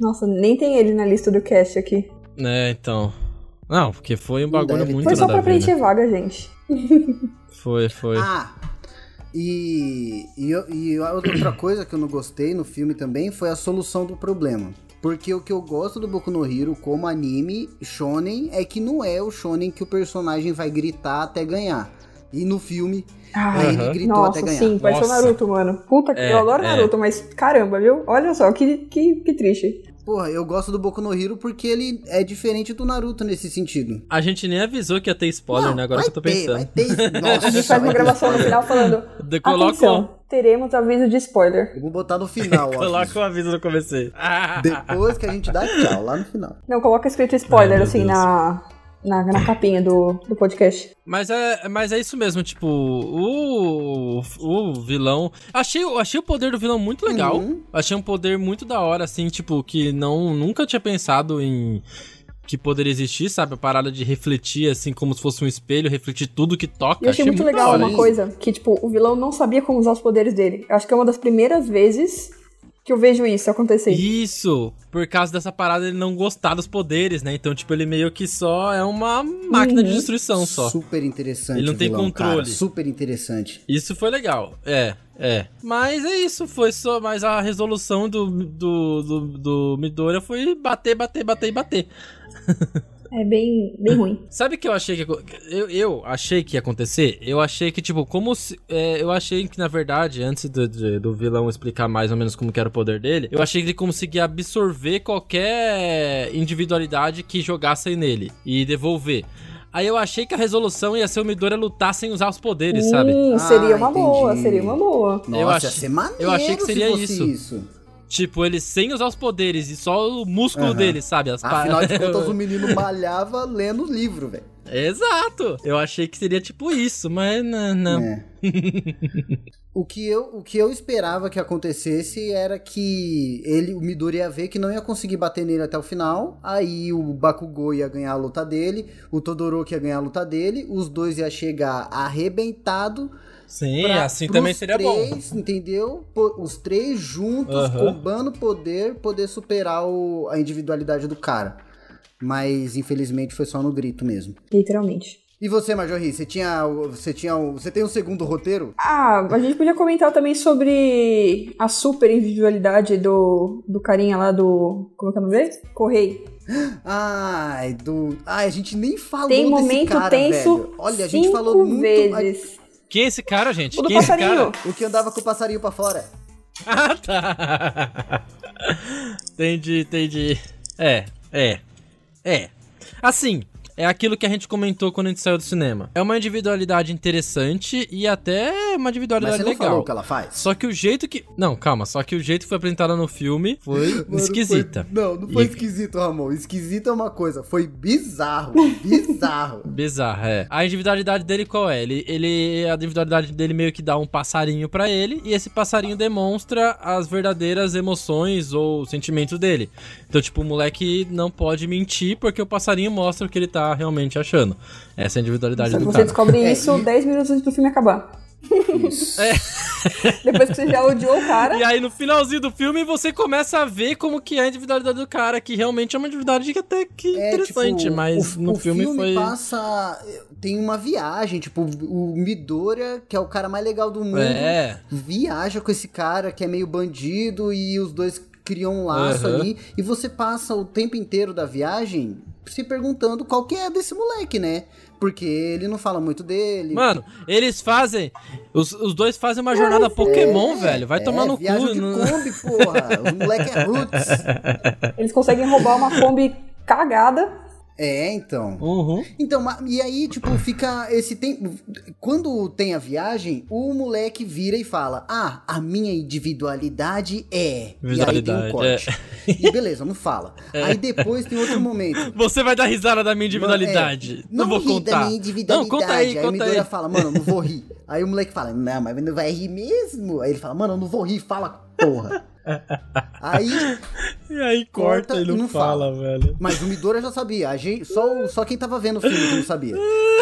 S3: Nossa, nem tem ele na lista do cast aqui.
S2: É, então. Não, porque foi um
S1: Não
S2: bagulho
S1: deve.
S2: muito
S3: Foi só
S2: nada a
S3: pra
S2: ver, né?
S3: preencher vaga, gente.
S2: Foi, foi.
S1: ah! E, e, eu- e a outra coisa que eu não gostei no filme também foi a solução do problema. Porque o que eu gosto do Boku no Hero como anime shonen é que não é o shonen que o personagem vai gritar até ganhar. E no filme, aí
S3: Ah,
S1: ele
S2: Aham.
S1: gritou
S3: nossa,
S1: até ganhar.
S3: sim, parece o
S2: Nossa.
S3: Naruto, mano. Puta que
S2: É,
S3: eu adoro
S2: é.
S3: Naruto, mas caramba, viu? Olha só, que, que, que triste.
S1: Porra, eu gosto do Boku no Hero porque ele é diferente do Naruto nesse sentido.
S2: A gente nem avisou que ia ter spoiler,
S1: Não,
S2: né? Agora
S1: vai
S2: que eu tô
S1: ter,
S2: pensando.
S1: vai ter. Nossa,
S3: A gente faz uma
S1: vai ter
S3: gravação no
S1: spoiler.
S3: final falando.
S2: De- Coloca,
S3: Atenção, teremos aviso de spoiler.
S1: Eu vou botar no
S2: o-
S1: final, ó.
S2: coloca o aviso no começo aí. Ah,
S1: Depois que a gente dá tchau, lá no final.
S3: Não, coloca escrito
S2: Ai,
S3: spoiler,
S2: meu
S3: assim,
S2: Deus.
S3: na, na, na capinha do, do podcast.
S2: Mas é, mas é isso mesmo, tipo, o, o vilão. Achei, achei o poder do vilão muito legal.
S1: Uhum.
S2: Achei um poder muito da hora, assim, tipo, que não nunca tinha pensado em que poderia existir, sabe? A parada de refletir, assim, como se fosse um espelho, refletir tudo que toca.
S3: E eu achei muito legal
S2: da hora
S3: uma
S2: isso.
S3: coisa, que, tipo, o vilão não sabia como usar os poderes dele. Eu acho que é uma das primeiras vezes que eu vejo isso acontecer.
S2: Isso, por causa dessa parada ele não gostar dos poderes, né? Então, tipo, ele meio que só é uma máquina de
S3: Uhum.
S2: destruição só.
S1: Super interessante.
S2: Ele não
S1: o
S2: tem
S1: vilão,
S2: controle.
S1: cara, super interessante.
S2: Isso foi legal, é, é. Mas é isso, foi só. Mas a resolução do, do, do, do Midoriya foi bater, bater, bater e bater.
S3: É bem, bem ruim.
S2: Sabe o que eu achei que. acon- Eu, eu achei que ia acontecer? Eu achei que, tipo, como se. é, eu achei que, na verdade, antes do, de- do vilão explicar mais ou menos como que era o poder dele, eu achei que ele conseguia absorver qualquer individualidade que jogassem nele e devolver. Aí eu achei que a resolução ia ser o Midoriya lutar sem usar os poderes, sabe?
S3: Hum,
S1: Ah,
S3: seria uma boa,
S1: entendi.
S3: seria uma boa.
S1: Nossa,
S2: Eu achei-
S1: ia ser maneiro
S2: eu achei que
S1: se
S2: seria
S1: fosse
S2: isso.
S1: isso.
S2: Tipo, ele sem usar os poderes e só o músculo
S1: Aham.
S2: dele, sabe? As pa-
S1: Afinal de contas, o menino malhava lendo o livro, velho.
S2: Exato! Eu achei que seria tipo isso, mas não. não.
S1: É. o, que eu, o que eu esperava que acontecesse era que ele, o Midori ia ver que não ia conseguir bater nele até o final, aí o Bakugou ia ganhar a luta dele, o Todoroki ia ganhar a luta dele, os dois ia chegar arrebentado.
S2: Sim,
S1: pra-
S2: assim
S1: pros
S2: também seria bom.
S1: três, Entendeu? Po- os três juntos,
S2: Aham.
S1: combando poder, poder superar o- a individualidade do cara. Mas infelizmente foi só no grito mesmo.
S3: Literalmente.
S1: E você, Majorri, você tinha, o- você tinha, o- você tem um segundo roteiro?
S3: Ah, a gente podia comentar também sobre a super individualidade do, do carinha lá do. Como é que é o nome dele? Correio.
S1: Ai, do. Ai, a gente nem falou
S3: Tem
S1: desse
S3: momento
S1: cara,
S3: tenso.
S1: velho. Olha, a gente falou
S3: cinco
S1: muito.
S3: vezes.
S2: Quem é esse cara, gente?
S3: O do
S2: Quem é esse cara?
S3: passarinho.
S1: O que andava com o passarinho pra fora.
S2: Ah, tá. entendi, entendi. É, é, é. Assim, é aquilo que a gente comentou quando a gente saiu do cinema. É uma individualidade interessante e até uma
S1: Mas
S2: individualidade
S1: você não falou
S2: legal.
S1: o que ela faz?
S2: Só que o jeito que. Não, calma, só que o jeito que foi apresentada no filme foi
S1: Mano,
S2: esquisita.
S1: foi- Não, não foi
S2: E-
S1: esquisito, Ramon. Esquisito é uma coisa. Foi bizarro. Bizarro.
S2: Bizarro, é. A individualidade dele qual é? Ele, ele, a individualidade dele meio que dá um passarinho pra ele e esse passarinho demonstra as verdadeiras emoções ou sentimentos dele. Então, tipo, o moleque não pode mentir porque o passarinho mostra o que ele tá realmente achando. Essa é a individualidade
S3: Só que
S2: do
S3: você
S2: cara.
S3: descobre
S1: É,
S3: isso
S1: e-
S3: 10 minutos antes do filme acabar.
S1: Isso.
S2: É.
S3: Depois que você já odiou o cara.
S2: E aí, no finalzinho do filme, você começa a ver como que é a individualidade do cara, que realmente é uma individualidade que até que
S1: É,
S2: interessante,
S1: tipo,
S2: mas
S1: o,
S2: no
S1: o
S2: filme, foi...
S1: passa. Tem uma viagem, tipo, o Midoriya, que é o cara mais legal do mundo,
S2: É,
S1: viaja com esse cara que é meio bandido e os dois criam um laço
S2: Aham.
S1: ali e você passa o tempo inteiro da viagem se perguntando qual que é desse moleque, né? Porque ele não fala muito dele.
S2: Mano, eles fazem. Os, os dois fazem uma jornada Pokémon, velho. Vai
S1: É,
S2: tomar no cu.
S1: viagem de
S2: não-
S1: Kombi, porra. O moleque é roots.
S3: Eles conseguem roubar uma Kombi cagada.
S1: É, então.
S2: Uhum.
S1: Então, ma- e aí, tipo, fica esse tempo. Quando tem a viagem, o moleque vira e fala: Ah, a minha individualidade é.
S2: Individualidade, É.
S1: e aí tem um corte. E beleza, não fala. Aí depois tem outro momento.
S2: Você vai dar risada da minha individualidade.
S1: É,
S2: não, vou
S1: ri
S2: contar.
S1: da minha individualidade.
S2: Não, conta aí,
S1: aí o
S2: conta
S1: Midoriya
S2: aí.
S1: fala, mano, eu não vou rir. Aí o moleque fala, não, mas não vai rir mesmo? Aí ele fala, mano, eu não vou rir, fala, porra. aí,
S2: E aí corta, e não, fala, velho.
S1: mas o Midora já sabia, a gente, só, o- só quem tava vendo o filme que não sabia.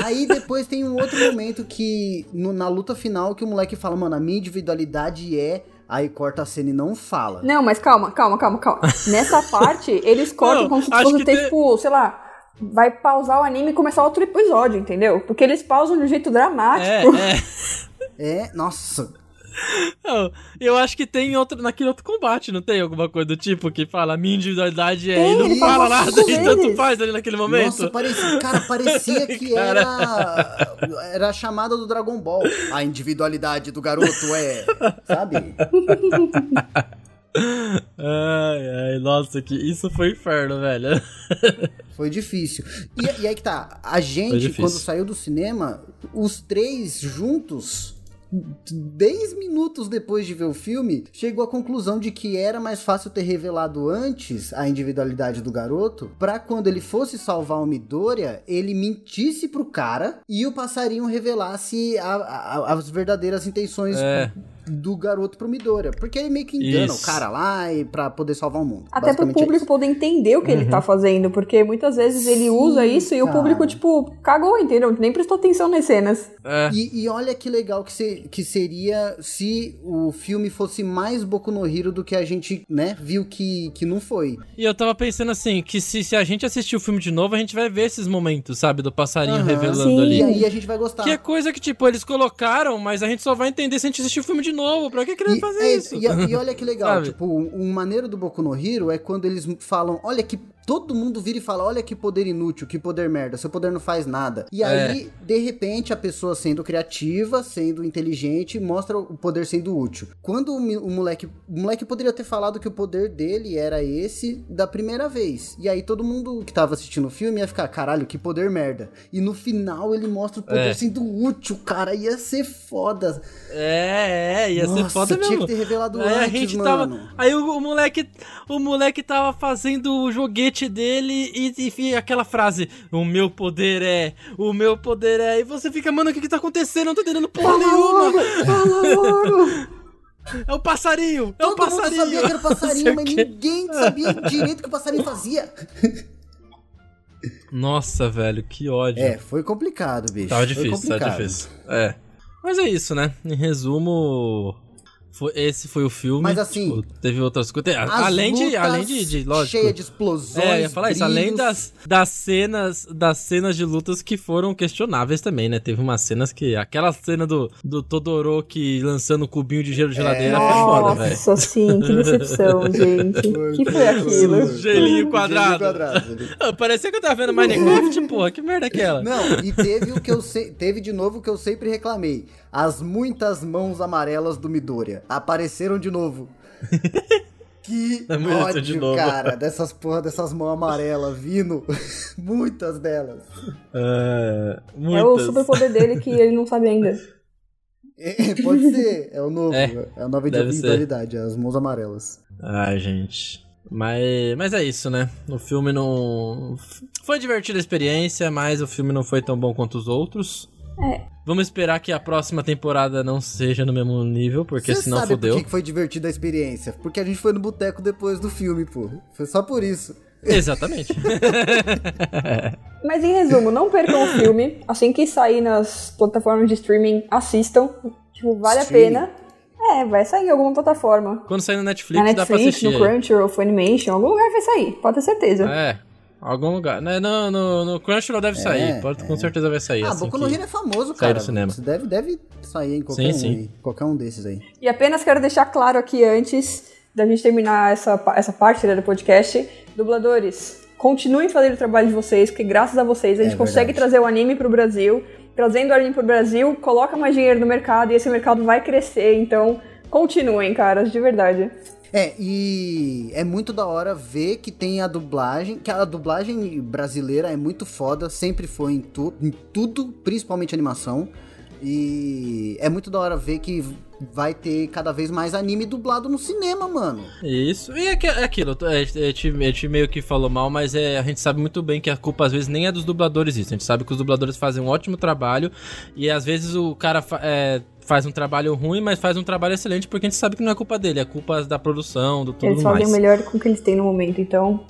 S1: Aí depois tem um outro momento que, no- na luta final, que o moleque fala, mano, a minha individualidade é... Aí corta a cena e não fala.
S3: Não, mas calma, calma, calma, calma. Nessa parte, eles cortam
S2: Não,
S3: como se
S2: acho
S3: fosse
S2: que
S3: ter,
S2: tem-
S3: tipo, sei lá, vai pausar o anime e começar outro episódio, entendeu? Porque eles pausam de um jeito
S2: É,
S3: dramático.
S2: é.
S1: É, nossa.
S2: Não, eu acho que tem outro, naquele outro combate, não tem alguma coisa do tipo que fala a minha individualidade é.
S3: Tem,
S2: e não
S1: ele
S2: fala
S1: fala
S2: nada
S3: cinco
S2: e tanto
S3: vezes.
S2: faz ali naquele momento.
S1: Nossa, parecia, cara, parecia que era, era a chamada do Dragon Ball. A individualidade do garoto é. Sabe?
S2: Ai, ai, nossa, que isso foi um inferno, velho.
S1: Foi difícil. E, e aí que tá. A
S2: Foi
S1: gente,
S2: difícil.
S1: quando saiu do cinema, os três juntos. 10 minutos depois de ver o filme, chegou à conclusão de que era mais fácil ter revelado antes a individualidade do garoto, pra quando ele fosse salvar o Midoriya, ele mentisse pro cara e o passarinho revelasse a- a- as verdadeiras intenções
S2: É.
S1: do garoto pro Midoriya, porque ele meio que engana
S2: Isso.
S1: o cara lá e para poder salvar o mundo.
S3: Até pro
S1: Basicamente é
S3: público
S1: isso.
S3: poder entender o que
S2: Uhum.
S3: ele tá fazendo, porque muitas vezes ele usa isso e o
S1: cara.
S3: público, tipo, cagou, entendeu? Nem prestou atenção nas cenas.
S2: É.
S1: E, e olha que legal que, se- que seria se o filme fosse mais Boku no Hero do que a gente, né, viu que, que não foi.
S2: E eu tava pensando assim, que se, se a gente assistir o filme de novo, a gente vai ver esses momentos, sabe? Do passarinho
S1: Aham.
S2: revelando
S3: Sim.
S2: ali.
S1: E aí a gente vai gostar.
S2: Que é coisa que, tipo, eles colocaram, mas a gente só vai entender se a gente assistir o filme de novo. Pra que querer
S1: E-
S2: fazer
S1: é,
S2: isso?
S1: E, e olha que legal,
S2: Sabe?
S1: tipo, um maneiro do Boku no Hero é quando eles falam, olha que todo mundo vira e fala, olha que poder inútil, que poder merda, seu poder não faz nada. E
S2: É.
S1: aí, de repente, a pessoa sendo criativa, sendo inteligente, mostra o poder sendo útil. Quando o, mi- o moleque, o moleque poderia ter falado que o poder dele era esse da primeira vez. E aí todo mundo que tava assistindo o filme ia ficar, caralho, que poder merda. E no final ele mostra o poder
S2: É.
S1: sendo útil, cara, ia ser foda.
S2: É, é, ia ser
S1: Nossa,
S2: foda
S1: tinha
S2: mesmo.
S1: que ter revelado
S2: Aí a
S1: antes,
S2: gente
S1: mano.
S2: tava. Aí o, o moleque. O moleque tava fazendo o joguete dele e, e- e aquela frase: O meu poder é, o meu poder é. E você fica, mano, o que que tá acontecendo? Eu Não tô entendendo porra nenhuma.
S3: Fala logo!
S2: É o passarinho! É o
S1: Todo mundo
S2: passarinho!
S1: sabia que era um passarinho,
S2: Não
S1: mas
S2: sei o quê.
S1: ninguém sabia direito o que o passarinho fazia.
S2: Nossa, velho, que ódio.
S1: É, foi complicado, bicho.
S2: Tava
S1: Foi
S2: difícil, tava
S1: complicado.
S2: difícil. É. Mas é isso, né? Em resumo, foi- esse foi o filme.
S1: Mas assim,
S2: Tipo, teve outras coisas. Tem-
S1: As
S2: Além de,
S1: lutas
S2: além de, de- lógico.
S1: Cheia de explosões.
S2: é, eu ia falar isso. Além
S1: brilhos.
S2: das, das cenas, das cenas de lutas que foram questionáveis também, né? Teve umas cenas que aquela cena do do Todoroki lançando um cubinho de
S1: É,
S2: gelo de geladeira foi É foda, velho.
S3: Nossa, sim, que decepção, gente. que foi aquilo?
S2: Gelinho
S1: Gelinho
S2: Um quadrado.
S1: um quadrado.
S2: Ah, Parecia que eu tava vendo Minecraft, porra. Que merda que é aquela?
S1: Não, e teve o que eu se- teve de novo o que eu sempre reclamei. As muitas mãos amarelas do Midoriya apareceram de novo. Que
S2: É muito
S1: ódio,
S2: de novo.
S1: cara, dessas porra, dessas mãos amarelas vindo. muitas delas.
S2: É,
S3: É o
S2: muitas.
S3: superpoder dele que ele não sabe ainda.
S1: É, pode ser, é o novo,
S2: É,
S1: é, a nova
S2: deve
S1: individualidade, as mãos amarelas.
S2: Ai, gente. Mas, mas é isso, né? O filme não. Foi divertida a experiência, mas o filme não foi tão bom quanto os outros.
S3: É.
S2: Vamos esperar que a próxima temporada não seja no mesmo nível, porque
S1: Você
S2: senão
S1: sabe
S2: fodeu.
S1: por que que foi divertida a experiência? Porque a gente foi no boteco depois do filme, pô. Foi só por isso.
S2: Exatamente.
S3: Mas em resumo, não percam o filme. Assim que sair nas plataformas de streaming, assistam. Tipo, vale
S1: Streaming?
S3: a pena. É, vai sair em alguma plataforma.
S2: Quando sair no Netflix,
S3: Na
S2: dá pra
S3: Netflix,
S2: assistir.
S3: no
S2: aí.
S3: Crunchyroll, Funimation, algum lugar vai sair, pode ter certeza.
S2: É. Algum lugar. né? No, no, no Crunchyroll deve sair. Pode, Com certeza vai sair.
S1: É. ah,
S2: assim
S1: Boku no
S2: que-
S1: Hero é famoso,
S2: sair do
S1: cara.
S2: cinema.
S1: Você deve, deve sair em qualquer
S2: Sim,
S1: um,
S2: sim.
S1: aí, qualquer um desses aí.
S3: E apenas quero deixar claro aqui antes da gente terminar essa, pa- essa parte né, do podcast, dubladores, continuem fazendo o trabalho de vocês, porque graças a vocês a gente
S1: É
S3: consegue
S1: verdade.
S3: trazer o anime pro Brasil, trazendo o anime pro Brasil, coloca mais dinheiro no mercado e esse mercado vai crescer, então continuem, caras, de verdade.
S1: É, e é muito da hora ver que tem a dublagem, que a dublagem brasileira é muito foda, sempre foi em, tu, em tudo, principalmente animação. E é muito da hora ver que vai ter cada vez mais anime dublado no cinema, mano.
S2: Isso. E é, que- é aquilo, a gente, a gente- a gente meio que falou mal, mas é, a gente sabe muito bem que a culpa às vezes nem é dos dubladores isso. A gente sabe que os dubladores fazem um ótimo trabalho e às vezes o cara fa- é, faz um trabalho ruim, mas faz um trabalho excelente porque a gente sabe que não é culpa dele, é culpa da produção, do tudo
S3: Eles fazem
S2: mais.
S3: o melhor com o que eles têm no momento, então.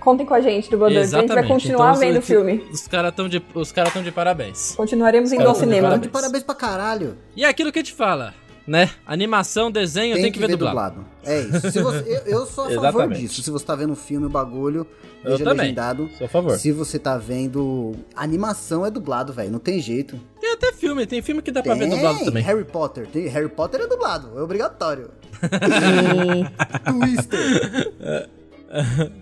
S3: Contem com a gente, dubladores. A gente vai
S2: Exatamente.
S3: continuar
S2: Então,
S3: vendo o
S2: se-
S3: filme.
S2: Os caras estão de, os cara tão de parabéns.
S3: Continuaremos indo
S2: Cara,
S3: ao
S2: eu vou
S3: cinema.
S1: Então, de
S2: Parabéns.
S1: parabéns pra caralho.
S2: E é aquilo que a gente fala, né? Animação, desenho, tem, que, ver dublado.
S1: É isso. Se você- eu, eu sou a favor
S2: Exatamente.
S1: disso. Se você tá vendo um filme, o bagulho,
S2: Eu
S1: veja
S2: também.
S1: legendado.
S2: Por favor.
S1: Se você tá vendo. Animação é dublado, velho. Não tem jeito.
S2: Tem até filme, tem filme que dá pra ver dublado também.
S1: Harry Potter. Tem, Harry Potter é dublado. É obrigatório. Twister.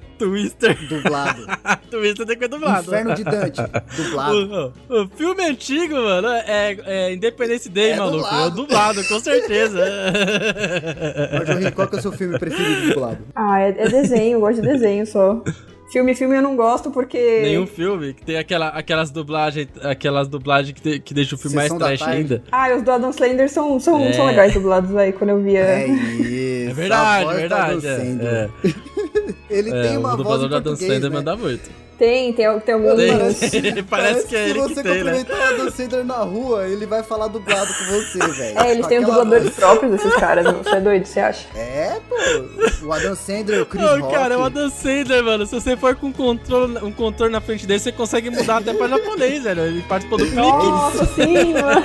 S2: Twister.
S1: Dublado.
S2: Twister tem que ver dublado.
S1: Inferno de Dante. Dublado.
S2: O, o filme antigo, mano, é, é Independence Day,
S1: É
S2: maluco.
S1: dublado.
S2: É dublado, com certeza.
S1: Jorge Henrique, qual que é o seu filme preferido dublado?
S3: Ah, é, é desenho, eu gosto de desenho só. Filme, filme eu não gosto porque.
S2: Nenhum filme que tem aquela, aquelas dublagens aquelas dublagem que, de- que deixa o filme
S1: Sessão da
S2: mais trash
S1: tarde.
S2: ainda.
S3: Ah, os do Adam Slender são, são,
S2: É.
S3: são legais dublados aí, quando eu via.
S1: isso.
S2: É
S1: a voz
S2: verdade, é
S1: do
S2: verdade.
S1: Adam Sandler.
S2: É,
S1: Ele
S2: é,
S1: tem uma
S2: o
S1: voz
S2: dublador
S1: em
S2: do Adam
S1: português,
S2: Sandler
S1: né?
S2: manda muito.
S3: Tem, tem, tem alguns.
S2: Tem,
S1: Parece-
S2: parece, que é ele
S1: Se
S2: que
S1: você
S2: tem, né?
S1: cumprimentar o Adam Sandler na rua, ele vai falar dublado com você, velho.
S3: É, eles
S1: Com
S3: têm
S2: um
S3: os
S1: aquela
S3: dubladores
S1: voz.
S3: próprios desses caras. meu. Você é doido, você acha?
S1: É, pô. O Adam Sandler, o Chris
S2: Não,
S1: Rock.
S2: cara, é o Adam Sandler, mano. Se você for com um controle, um controle na frente dele, você consegue mudar até pra japonês, velho. Ele participou do clique.
S3: Nossa, sim, mano.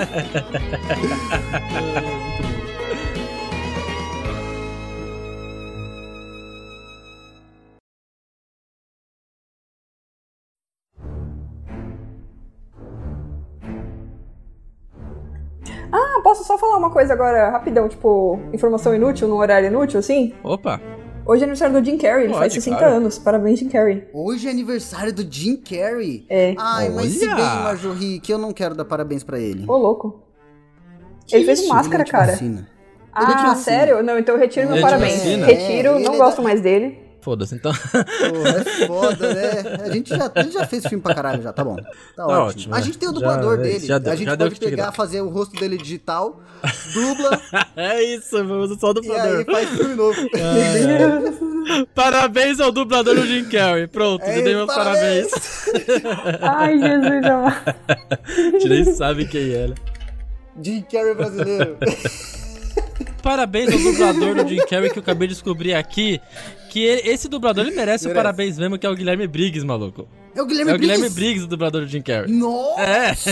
S3: Ah, Posso só falar uma coisa agora, rapidão, tipo, informação inútil num horário inútil, assim?
S2: Opa,
S3: Hoje é aniversário do Jim Carrey, ele
S2: Pode,
S3: faz 60
S2: claro.
S3: anos. Parabéns, Jim Carrey.
S1: Hoje é aniversário do Jim Carrey.
S3: É.
S1: Ai, mas se
S2: Olha!
S1: bem, Major Rick, eu não quero dar parabéns pra ele.
S3: Ô, louco. ele fez
S1: isso? assim?
S3: máscara,
S1: Ele não te
S3: cara.
S1: vacina. Ele
S3: Ah,
S1: antivacina.
S3: sério? Não, então eu retiro meu
S2: Ele é
S3: parabéns.
S2: antivacina.
S1: É,
S3: Retiro,
S1: ele
S3: não
S1: é
S3: gosto
S1: da-
S3: mais dele.
S2: foda-se, então.
S1: Porra, é foda, né? A gente já, ele já fez filme pra caralho, já, tá bom. Tá, ótimo.
S2: ótimo,
S1: A
S2: é.
S1: gente tem o
S2: Já-
S1: dublador
S2: é,
S1: dele.
S2: já deu-
S1: a gente
S2: já deu o
S1: pode
S2: que tinha que
S1: pegar,
S2: dar.
S1: fazer o rosto dele digital, dubla
S2: É isso, vamos só o
S1: e aí
S2: dublador. Ah,
S1: faz filme novo. É
S2: Parabéns ao dublador do Jim Carrey. Pronto,
S1: É
S2: eu dei
S1: isso,
S2: meus parabéns.
S3: Ai, Jesus amado.
S2: Tirei sabe quem é, né? era.
S1: Jim Carrey brasileiro.
S2: Parabéns ao dublador do Jim Carrey que eu acabei de descobrir aqui. Que ele- esse dublador ele merece, o
S1: Merece.
S2: parabéns mesmo, que é o Guilherme Briggs, maluco.
S1: É o Guilherme
S2: é o Guilherme
S1: Briggs.
S2: Briggs, o dublador do Jim Carrey.
S1: Nossa!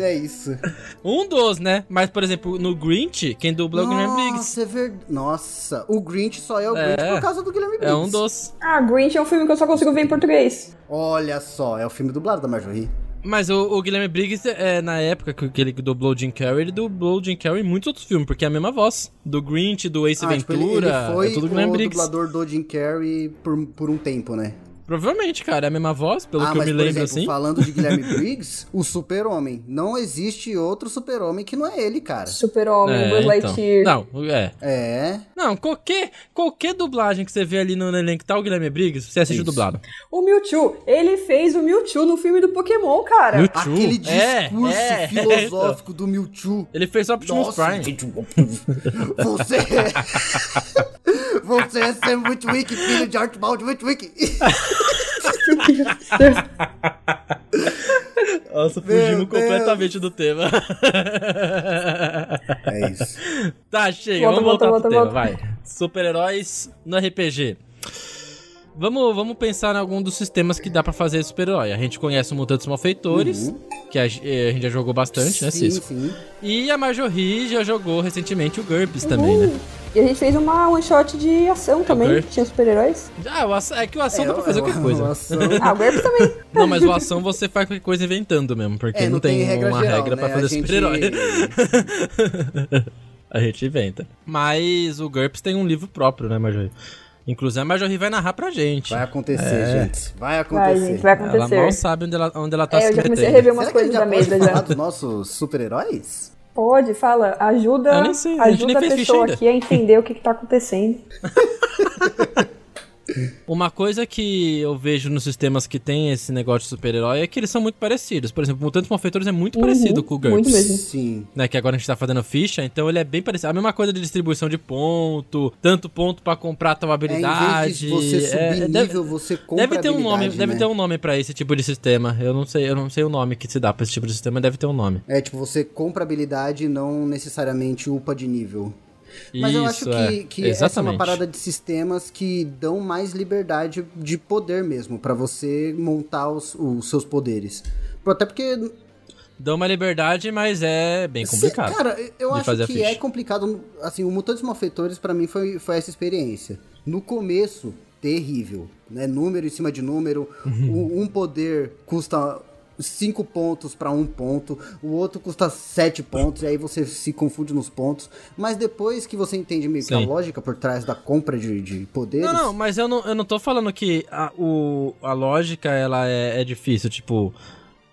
S1: É, isso.
S2: Um dos, né? Mas, por exemplo, no Grinch, quem dubla é o Guilherme Briggs.
S1: Nossa, é verdade. Nossa, o Grinch só é o
S2: É.
S1: Grinch por causa do Guilherme Briggs.
S2: É um dos.
S3: Ah, Grinch é um filme que eu só consigo ver em português.
S1: Olha só, é o filme dublado da Marjorie.
S2: Mas o, o Guilherme Briggs, é, na época que que ele dublou o Jim Carrey, ele dublou o Jim Carrey em muitos outros filmes, porque é a mesma voz. Do Grinch, do Ace
S1: Ah, tipo, ele,
S2: Ventura,
S1: ele foi
S2: é tudo Guilherme
S1: o
S2: Briggs.
S1: dublador do Jim Carrey por, por um tempo, né?
S2: Provavelmente, cara, é a mesma voz, pelo
S1: ah,
S2: que eu
S1: mas
S2: me
S1: por
S2: lembro,
S1: exemplo,
S2: assim.
S1: falando de Guilherme Briggs, o super-homem. Não existe outro super-homem que não é ele, cara.
S3: Super-Homem,
S2: É,
S3: Buzz
S2: então.
S3: Lightyear.
S2: Não, é.
S1: É.
S2: Não, qualquer, qualquer dublagem que você vê ali no elenco tal, Guilherme Briggs, você assiste
S1: Isso.
S2: dublado.
S3: O Mewtwo, ele fez o Mewtwo no filme do Pokémon, cara.
S2: Mewtwo?
S1: Aquele
S2: É,
S1: discurso
S2: é,
S1: filosófico do Mewtwo.
S2: Ele fez Optimus
S1: Nossa,
S2: Prime.
S1: gente, você é... Você é Sam Witwick, filho de Archibald Witwick.
S2: Nossa,
S1: fugimos Deus. completamente
S2: do tema.
S1: É isso.
S2: Tá, chega,
S3: Volta,
S2: vamos voltar
S3: volta,
S2: pro tema,
S3: volta,
S2: vai. Super-heróis no RPG. Vamos, vamos pensar em algum dos sistemas que dá pra fazer super-herói. A gente conhece o Mutantes Malfeitores, que a, ge- eh, a gente já jogou bastante, né,
S1: Uhum. sim,
S2: Cisco?
S1: sim.
S2: E a Marjorie já jogou recentemente o GURPS também, né?
S3: E a gente fez uma one-shot de
S2: É
S3: ação também,
S2: Gurps.
S3: que tinha super-heróis.
S2: Ah, o aça- é que o ação
S1: É,
S2: dá pra fazer
S1: é
S2: qualquer
S1: uma
S2: coisa.
S1: relação-
S3: Ah, o Gurps também.
S2: Não, mas o ação você faz qualquer coisa inventando mesmo, porque
S1: É,
S2: não, tem, uma
S1: geral,
S2: regra pra
S1: né?
S2: fazer
S1: A gente-
S2: super-herói. a gente inventa. Mas o GURPS tem um livro próprio, né, Marjorie? Inclusive a Marjorie vai narrar pra gente.
S1: Vai acontecer, gente. Vai acontecer.
S3: É. Vai, gente, vai
S2: Ela
S3: acontecer.
S2: mal sabe onde ela, onde ela tá
S3: É,
S2: se
S3: eu já comecei a
S2: metendo.
S3: rever umas
S1: Será que a gente
S3: coisas
S1: já
S3: da
S1: pode
S3: mesa
S1: falar
S3: já.
S1: dos nossos super-heróis?
S3: Pode, fala.
S2: Eu
S3: Ajuda,
S2: nem sei, a gente
S3: ajuda
S2: nem
S3: a,
S2: fez ficha
S3: pessoa
S2: ainda.
S3: aqui a entender o que, que tá acontecendo.
S2: Uma coisa que eu vejo nos sistemas que tem esse negócio de super-herói é que eles são muito parecidos. Por exemplo, Mutantes Malfeitores é muito parecido com o GURPS.
S3: muito mesmo.
S1: Sim.
S2: né, que agora a gente tá fazendo ficha, então ele é bem parecido. A mesma coisa de distribuição de ponto, tanto ponto pra comprar tal
S1: É, em
S2: habilidade.
S1: vez de você subir
S2: é- é-
S1: nível,
S2: deve,
S1: você compra
S2: deve ter um nome,
S1: habilidade,
S2: deve
S1: né?
S2: ter um nome para esse tipo de sistema. Eu não sei, eu não sei o nome que se dá pra esse tipo de sistema, deve ter um nome.
S1: É, tipo, você compra habilidade e não necessariamente upa de nível. Mas eu acho
S2: Isso,
S1: que,
S2: é.
S1: que
S2: Exatamente.
S1: essa é uma parada de sistemas que dão mais liberdade de poder mesmo, pra você montar os, os seus poderes. Até porque
S2: Dá uma liberdade, mas é bem
S1: Cê-
S2: complicado.
S1: cara, eu
S2: de fazer
S1: acho
S2: a
S1: que
S2: ficha.
S1: é complicado. Assim, o Mutantes Malfeitores, pra mim, foi, foi essa experiência. No começo, terrível. Né? Número em cima de número.
S2: Uhum.
S1: O- um poder custa 5 pontos pra um ponto. O outro custa 7 pontos. E aí você se confunde nos pontos. Mas depois que você entende meio que a
S2: Sim.
S1: lógica por trás da compra de, de poderes.
S2: Não, não, mas eu não, eu não tô falando que a, o, a lógica ela é, é difícil, tipo.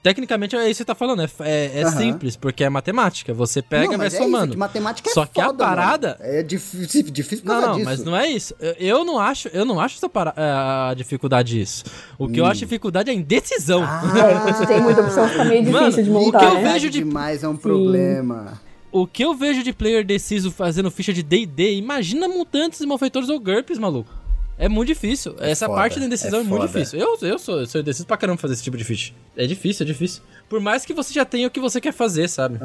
S2: Tecnicamente é isso que você tá falando, é, é, é
S1: Aham.
S2: simples, porque é matemática. Você
S1: Não,
S2: pega e vai
S1: mas é isso,
S2: somando.
S1: que matemática é
S2: Só que a
S1: foda, mano.
S2: parada-
S1: É difícil, difícil por
S2: Não,
S1: causa
S2: não,
S1: disso.
S2: mas não é isso. Eu, eu não acho, eu não acho essa para- eh, a dificuldade isso. O
S1: Hum.
S2: que eu acho dificuldade é a indecisão.
S1: Ah.
S3: É, quando tem muita opção fica meio difícil
S2: Mano,
S3: de
S2: o
S3: montar,
S2: que eu
S3: né?
S2: vejo de-
S1: demais é um problema.
S2: O que eu vejo de player deciso fazendo ficha de D&D, imagina mutantes e malfeitores ou GURPS, maluco. É muito difícil.
S1: É
S2: Essa
S1: foda,
S2: parte da indecisão
S1: é
S2: é, muito
S1: foda.
S2: difícil. Eu, eu sou, eu sou indeciso pra caramba fazer esse tipo de ficha. É difícil, é difícil. Por mais que você já tenha o que você quer fazer, sabe?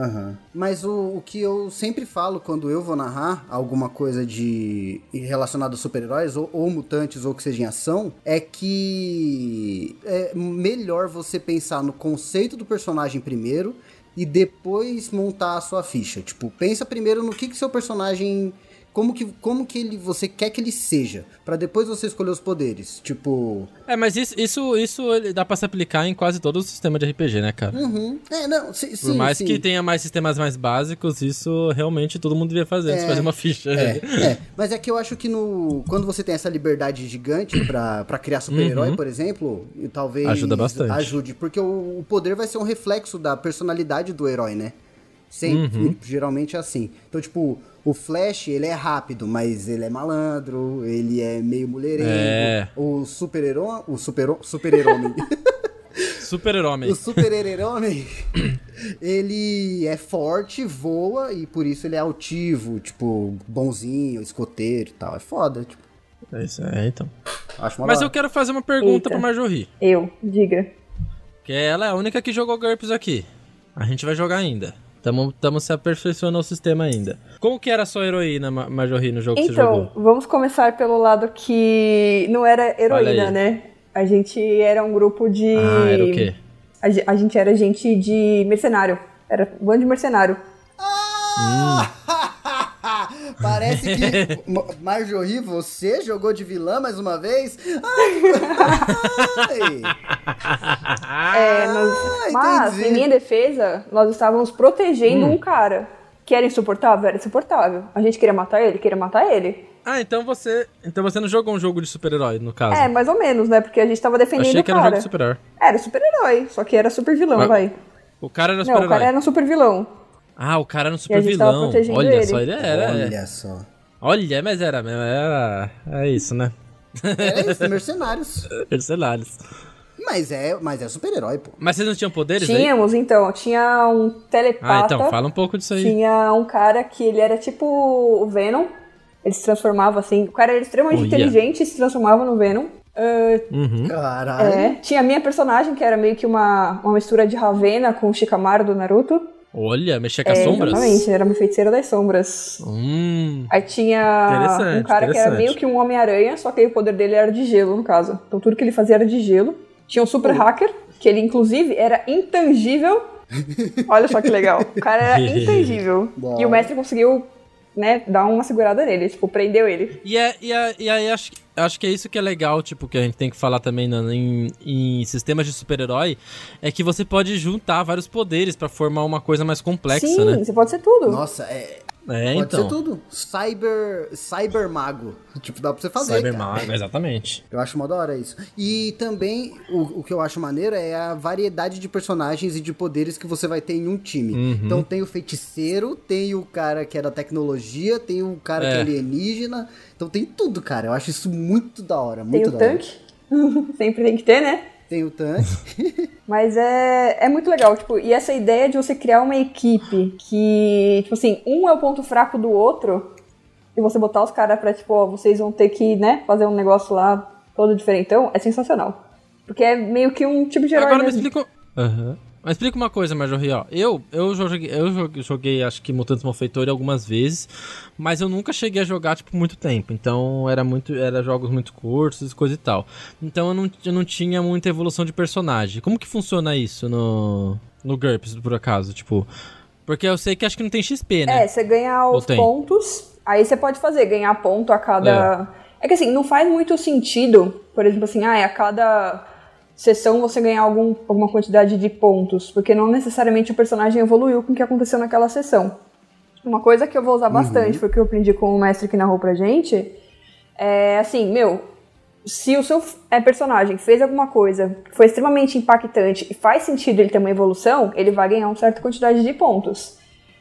S1: Mas o, o que eu sempre falo quando eu vou narrar alguma coisa de relacionada a super-heróis, ou, ou mutantes, ou que seja em ação, é que é melhor você pensar no conceito do personagem primeiro e depois montar a sua ficha. Tipo, pensa primeiro no que, que seu personagem. Como que, como que ele, você quer que ele seja, Pra depois você escolher os poderes. Tipo,
S2: É, mas isso, isso, isso ele dá pra se aplicar em quase todo o sistema de RPG, né, cara?
S1: uhum. É, não, si-
S2: Por
S1: sim,
S2: mais
S1: sim.
S2: que tenha mais sistemas mais básicos, isso realmente todo mundo devia fazer antes de fazer uma ficha.
S1: É, é, mas é que eu acho que no quando você tem essa liberdade gigante pra pra criar super-herói, por exemplo, e talvez
S2: Uhum. Ajuda bastante.
S1: ajude, porque o, o poder vai ser um reflexo da personalidade do herói, né? Sempre,
S2: Uhum.
S1: geralmente é assim. Então, tipo, o Flash, ele é rápido, mas ele é malandro, ele é meio mulherengo.
S2: É.
S1: O super-herói, o super-herói, super-herói.
S2: Super-herói.
S1: O super-herói, ele é forte, voa e por isso ele é altivo, tipo, bonzinho, escoteiro e tal. É foda, tipo,
S2: É isso, é, então.
S1: acho uma
S2: Mas
S1: da
S2: eu quero fazer uma pergunta
S3: Eita.
S2: pra Majorri.
S3: Eu, diga.
S2: Que ela é a única que jogou GURPS aqui. A gente vai jogar ainda. Estamos se aperfeiçoando ao sistema ainda. Como que era a sua heroína, Ma- Majorri, no jogo que você
S3: Então,
S2: jogou?
S3: vamos começar pelo lado que não era
S2: Olha
S3: heroína,
S2: aí.
S3: né? A gente era um grupo de.
S2: Ah, era o quê?
S3: A, ge- a gente era gente de mercenário. Era um bando de mercenário.
S1: Ah! Parece que Ma- Marjorie, você jogou de vilã mais uma vez? Ai, ai.
S3: É, nós- mas,
S1: entendi.
S3: em minha defesa, nós estávamos protegendo
S2: Hum.
S3: um cara. Que era insuportável? Era insuportável. A gente queria matar ele? Queria matar ele.
S2: Ah, então você, então você não jogou um jogo de super-herói, no caso.
S3: É, mais ou menos, né? Porque a gente tava defendendo
S2: Achei
S3: o
S2: que era um
S3: cara.
S2: jogo de super-herói.
S3: Era super-herói, só que era super vilão,
S2: Mas-
S3: vai.
S2: O cara era
S3: Não, o
S2: super-herói.
S3: cara era um super vilão.
S2: Ah, o cara era um
S3: E a gente tava
S2: super-vilão.
S3: protegendo
S2: Olha
S3: ele.
S2: só, ele era. é, Olha,
S1: Olha só.
S2: mas era mesmo. Era. É isso, né?
S1: É isso, mercenários.
S2: Mercenários.
S1: Mas é, mas é super-herói, pô.
S2: Mas vocês não tinham poderes aí?
S3: Tínhamos, então, tinha um telepata.
S2: Ah, então, fala um pouco disso aí.
S3: Tinha um cara que ele era tipo o Venom. Ele se transformava assim. O cara era extremamente
S2: Olha.
S3: inteligente e se transformava no Venom. Ah,
S2: Uhum.
S1: Caralho.
S3: é. Tinha a minha personagem, que era meio que uma, uma mistura de Ravena com o Shikamaru do Naruto.
S2: Olha, mexer com as
S3: É,
S2: sombras?
S3: Exatamente, era uma feiticeira das sombras.
S2: Hum.
S3: Aí tinha
S2: Interessante,
S3: um cara que era
S2: interessante.
S3: meio que um Homem-Aranha, só que aí o poder dele era de gelo, no caso. Então tudo que ele fazia era de gelo. Tinha um super hacker, que ele inclusive era intangível. Olha só que legal. O cara era intangível.
S1: Bom.
S3: e o mestre conseguiu, né, dar uma segurada nele, tipo, prendeu ele.
S2: E, é, e, é, e aí acho, que- acho que é isso que é legal, tipo, que a gente tem que falar também né, em, em sistemas de super-herói, é que você pode juntar vários poderes pra formar uma coisa mais complexa,
S3: Sim,
S2: né?
S3: você pode ser tudo.
S1: Nossa, é.
S2: É,
S1: Pode ser
S2: então.
S1: tudo. Cyber, cyber mago. Tipo, dá pra você fazer. cara.
S2: Cybermago, exatamente.
S1: Eu acho mó da hora isso. E também, o, o que eu acho maneiro é a variedade de personagens e de poderes que você vai ter em um time.
S2: Uhum.
S1: Então tem o feiticeiro, tem o cara que é da tecnologia, tem o cara que
S2: É.
S1: é alienígena. Então tem tudo, cara. Eu acho isso muito da hora,
S3: Tem
S1: muito
S3: o
S1: da hora.
S3: tanque. Sempre tem que ter, né?
S1: Tem o tanque.
S3: Mas é, é muito legal, tipo, e essa ideia de você criar uma equipe que, tipo assim, um é o ponto fraco do outro, e você botar os caras pra, tipo, ó, vocês vão ter que, né, fazer um negócio lá todo diferentão, é sensacional. Porque é meio que um tipo de herói
S2: Agora me
S3: mesmo.
S2: explica. Aham. Mas explica uma coisa, Major Rial. Eu, eu, jo- joguei, eu jo- joguei, acho que Mutantes Malfeitori algumas vezes, mas eu nunca cheguei a jogar, tipo, muito tempo. Então, era muito era jogos muito curtos, coisa e tal. Então, eu não, eu não tinha muita evolução de personagem. Como que funciona isso no, no GURPS, por acaso? Tipo, porque eu sei que acho que não tem XP, né?
S3: É, você ganha
S2: Ou
S3: os
S2: tem?
S3: pontos, aí você pode fazer, ganhar ponto a cada. É. que assim, não faz muito sentido, por exemplo, assim, ah, a cada sessão você ganhar algum, alguma quantidade de pontos, porque não necessariamente o personagem evoluiu com o que aconteceu naquela sessão. Uma coisa que eu vou usar
S2: Uhum.
S3: bastante, foi o que eu aprendi com o mestre que narrou pra gente, é assim, meu, se o seu é, personagem fez alguma coisa que foi extremamente impactante e faz sentido ele ter uma evolução, ele vai ganhar uma certa quantidade de pontos.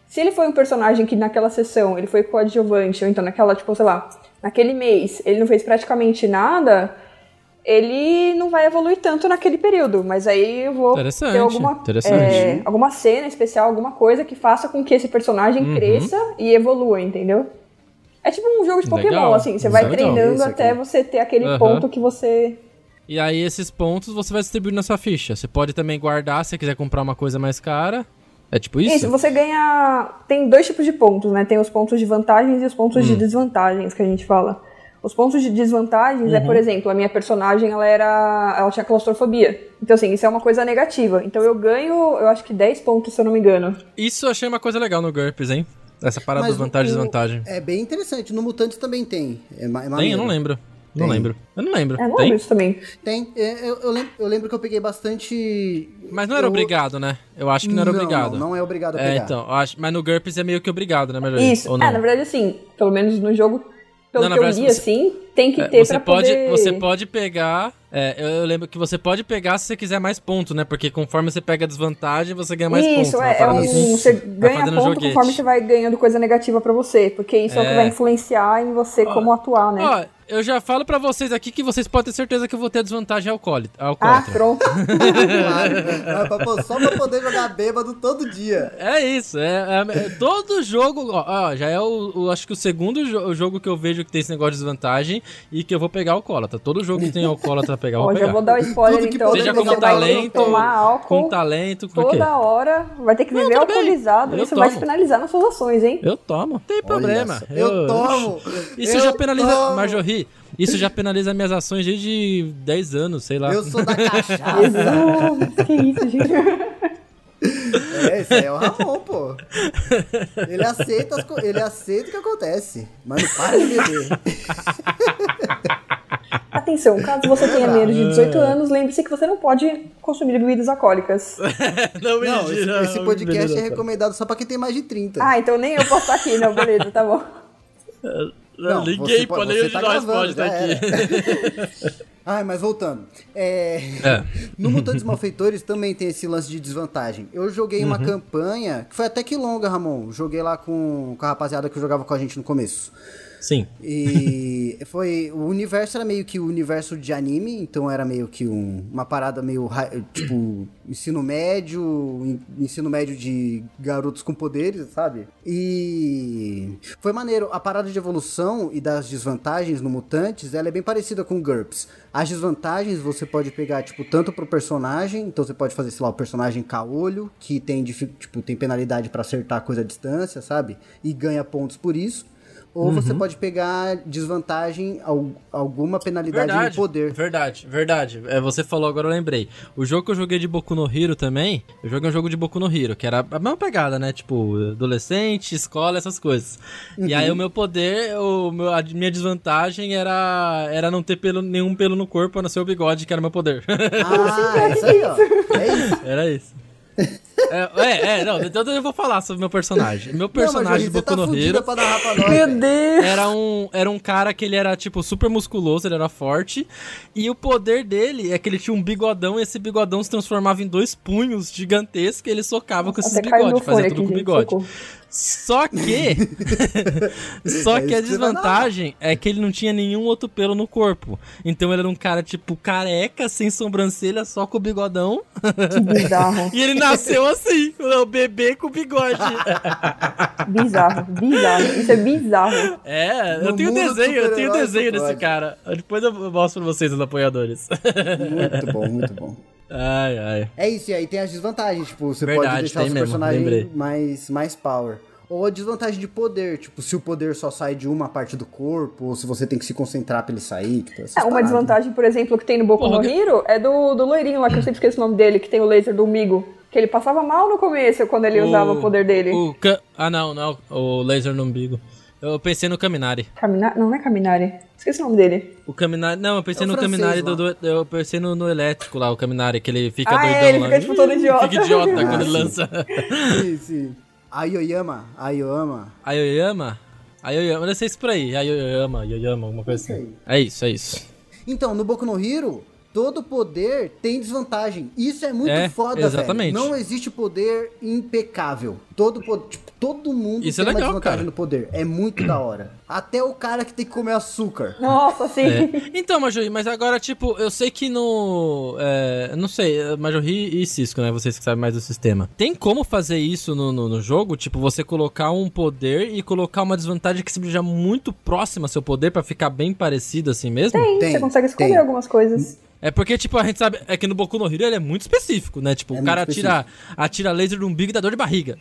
S3: Se ele foi um personagem que naquela sessão ele foi coadjuvante, ou então naquela, tipo, sei lá, naquele mês ele não fez praticamente nada, ele não vai evoluir tanto naquele período. Mas aí eu vou
S2: Interessante,
S3: ter alguma,
S2: interessante.
S3: é, alguma cena especial, alguma coisa que faça com que esse personagem
S2: Uhum.
S3: cresça e evolua, entendeu? É tipo um jogo de Pokémon,
S2: Legal, é
S3: assim, você vai
S2: legal.
S3: treinando
S1: Isso aqui.
S3: até você ter aquele
S2: Aham.
S3: ponto que você.
S2: E aí, esses pontos você vai distribuir na sua ficha. Você pode também guardar se você quiser comprar uma coisa mais cara. É tipo isso?
S3: Isso. você ganha. Tem dois tipos de pontos, né? Tem os pontos de vantagens e os pontos
S2: Hum.
S3: de desvantagens que a gente fala. Os pontos de desvantagens
S2: Uhum.
S3: é, por exemplo, a minha personagem ela era. Ela tinha claustrofobia. Então, assim, isso é uma coisa negativa. Então eu ganho, eu acho que 10 pontos, se eu não me engano.
S2: Isso eu achei uma coisa legal no GURPS, hein? Essa parada
S1: Mas
S2: do vantagem e
S1: o-
S2: desvantagem.
S1: É bem interessante. No Mutante também tem. É, ma- é
S2: Tem? Eu
S1: maneiro.
S2: não lembro. Não
S1: Tem.
S2: lembro. Eu não lembro.
S3: É, não
S2: Tem?
S3: lembro isso também.
S1: Tem. É, Eu, eu lem- eu lembro que eu peguei bastante.
S2: Mas não era
S1: Eu-
S2: obrigado, né? Eu acho que não era obrigado.
S1: Não, não é obrigado a pegar.
S2: é, então. eu acho- Mas no GURPS é meio que obrigado, né, Major?
S3: Isso.
S2: Ou não?
S3: É, na verdade, assim, pelo menos no jogo, pelo
S2: Não, na
S3: que eu
S2: verdade,
S3: li,
S2: você-
S3: assim, tem que
S2: É,
S3: ter
S2: você
S3: pra
S2: pode
S3: poder...
S2: Você pode pegar. é, eu, eu lembro que você pode pegar se você quiser mais ponto, né? Porque conforme você pega a desvantagem, você ganha mais pontos.
S3: isso,
S2: uma
S3: é, é
S2: parada
S3: um,
S2: assim.
S3: você
S2: Vai
S3: ganha
S2: fazendo
S3: ponto
S2: joguete.
S3: conforme você vai ganhando coisa negativa pra você, porque isso é, o
S2: É.
S3: que vai influenciar em você como atuar, né?
S2: Ó, eu já falo pra vocês aqui que vocês podem ter certeza que eu vou ter desvantagem alcoólita.
S3: ah,
S2: alcoólatra.
S3: pronto.
S1: Claro. É pra- pô, Só pra poder jogar bêbado todo dia.
S2: É isso, é, é- é- todo jogo, ó, ó, já é o, o- acho que o segundo jo- o jogo que eu vejo que tem esse negócio de desvantagem e que eu vou pegar alcoólatra. Todo jogo que tem alcoólatra pra pegar, eu
S3: Ó,
S2: vou
S3: já
S2: pegar.
S3: vou dar o spoiler,
S1: Tudo que
S3: então.
S1: pode
S2: Seja
S3: você
S2: com
S3: vai
S2: talento,
S3: tomar álcool
S2: com talento, com o quê?
S3: toda hora, vai ter que
S2: Não,
S3: viver
S2: tudo bem.
S3: alcoolizado,
S2: Eu
S3: isso vai te
S2: tomo.
S3: penalizar nas suas ações, hein?
S2: Eu tomo, não tem problema.
S1: Olha só. Eu, tomo.
S2: Isso
S1: eu
S2: já penaliza,
S1: tomo.
S2: Marjorie, isso já penaliza minhas ações desde 10 anos, sei lá.
S1: Eu sou da cachaça.
S3: Jesus, que isso, gente.
S1: é, esse aí é o Ramon, pô. Ele aceita, as co- ele aceita o que acontece. Mas não para de beber.
S3: Atenção, caso você
S2: Ah.
S3: tenha menos de 18 anos, lembre-se que você não pode consumir bebidas alcoólicas.
S2: não,
S1: Não, esse,
S2: mentira,
S1: esse podcast é
S2: mentira.
S1: recomendado só pra quem tem mais de 30.
S3: Ah, então nem eu posso estar aqui, não, beleza, tá bom.
S1: Não,
S2: Ninguém
S1: você
S2: pode,
S1: pode-
S2: nem
S1: você
S2: de
S1: tá
S2: nós
S1: gravando,
S2: pode estar
S1: já
S2: aqui.
S1: Ai, mas voltando. É,
S2: É.
S1: No Mutantes Malfeitores também tem esse lance de desvantagem. Eu joguei uma campanha, que foi até que longa, Ramon. Joguei lá com, com a rapaziada que jogava com a gente no começo.
S2: Sim.
S1: E foi. O universo era meio que o universo de anime, então era meio que um- uma parada meio. ra- Tipo, ensino médio, en- ensino médio de garotos com poderes, sabe? E. Foi maneiro. A parada de evolução e das desvantagens no Mutantes, ela é bem parecida com o GURPS. As desvantagens você pode pegar, tipo, tanto pro personagem, então você pode fazer, sei lá, o personagem caolho, que tem, difi- tipo, tem penalidade pra acertar coisa à distância, sabe? E ganha pontos por isso. Ou você
S2: Uhum.
S1: pode pegar desvantagem, al- alguma penalidade no poder.
S2: Verdade, verdade. É, você falou agora, eu lembrei. O jogo que eu joguei de Boku no Hero também, eu joguei um jogo de Boku no Hero, que era a mesma pegada, né? Tipo, adolescente, escola, essas coisas. E
S1: Uhum.
S2: aí o meu poder, o meu, a minha desvantagem era, era não ter pelo, nenhum pelo no corpo, a não ser o bigode, que era o meu poder.
S1: Ah, isso aí, ó. É isso.
S2: era isso. É, é, é, não, então eu vou falar sobre meu personagem. Meu personagem,
S1: Não, mas, Jorginho, você
S2: Boku
S1: tá
S2: no
S1: fudida
S2: Hero,
S1: pra narrar pra nós.
S3: Meu
S1: velho.
S3: Deus!
S2: era um, era um cara que ele era, tipo, super musculoso, ele era forte. E o poder dele é que ele tinha um bigodão, e esse bigodão se transformava em dois punhos gigantescos, e ele socava com esses
S3: Até caiu meu
S2: bigodes,
S3: fone
S2: fazia tudo
S3: aqui,
S2: com
S3: gente.
S2: bigode.
S3: socorro.
S2: Só que. só
S1: É
S2: que a
S1: isso que você vai
S2: desvantagem é que ele não tinha nenhum outro pelo no corpo. Então ele era um cara, tipo, careca, sem sobrancelha, só com o bigodão.
S3: Que bizarro,
S2: E ele nasceu assim, o bebê com bigode.
S3: bizarro, bizarro. Isso é bizarro.
S2: É, eu
S1: No
S2: tenho
S1: mundo
S2: desenho, eu tenho
S1: super-herói
S2: desenho
S1: só
S2: desse
S1: pode.
S2: cara. Depois eu mostro pra vocês, os apoiadores.
S1: Muito bom, muito bom.
S2: Ai, ai.
S1: É isso, e aí tem as desvantagens, tipo, você
S2: Verdade,
S1: pode deixar
S2: tem
S1: o seu
S2: mesmo, lembrei.
S1: personagem mais, mais power. Ou a desvantagem de poder, tipo, se o poder só sai de uma parte do corpo, ou se você tem que se concentrar pra ele sair, tipo, essas
S3: É, uma
S1: paradas.
S3: desvantagem, por exemplo, que tem no Boku no
S2: Porra,
S3: Hero é do, do loirinho lá, que eu sempre esqueço o nome dele, que tem o laser do Migo. Que ele passava mal no começo quando ele usava o poder dele.
S2: o ca- ah, não, não. O laser no umbigo. Eu pensei no Caminari.
S3: Caminar? Não, não é Caminari. Esqueci o nome dele.
S2: O Caminari. Não, eu pensei
S1: É o
S2: no
S1: francês
S2: Caminari
S1: lá.
S2: do, do- Eu pensei no, no elétrico lá, o Caminari, que ele fica
S3: Ah, é,
S2: doidão
S3: ele
S2: lá.
S3: fica, tipo, todo
S2: Ih,
S3: idiota.
S2: Fica idiota quando ele
S1: Ah,
S2: lança.
S1: Sim, sim. A Yoyama, a Yoyama.
S2: A Yoyama? A Yoyama, não sei se é por aí. A Yoyama, Yoyama, alguma coisa assim. É isso, é isso.
S1: Então, no Boku no Hero, todo poder tem desvantagem. Isso é muito
S2: É,
S1: foda,
S2: exatamente.
S1: velho. Não existe poder impecável. Todo, po- tipo, todo mundo
S2: Isso
S1: tem
S2: é legal,
S1: uma desvantagem
S2: cara.
S1: no poder. É muito da hora. Até o cara que tem que comer açúcar.
S3: Nossa, sim.
S2: É. Então, Majori, mas agora, tipo, eu sei que no. É, não sei, é, Majori e Cisco, né? Vocês que sabem mais do sistema. Tem como fazer isso no, no, no jogo? Tipo, você colocar um poder e colocar uma desvantagem que seja muito próxima ao seu poder pra ficar bem parecido assim mesmo?
S3: Tem,
S1: Tem,
S3: você consegue escolher
S1: tem.
S3: algumas coisas.
S2: É porque, tipo, a gente sabe. É que no Boku no Hero ele é muito específico, né? Tipo,
S1: É
S2: o cara
S1: muito
S2: atira, atira laser no umbigo e dá dor de barriga.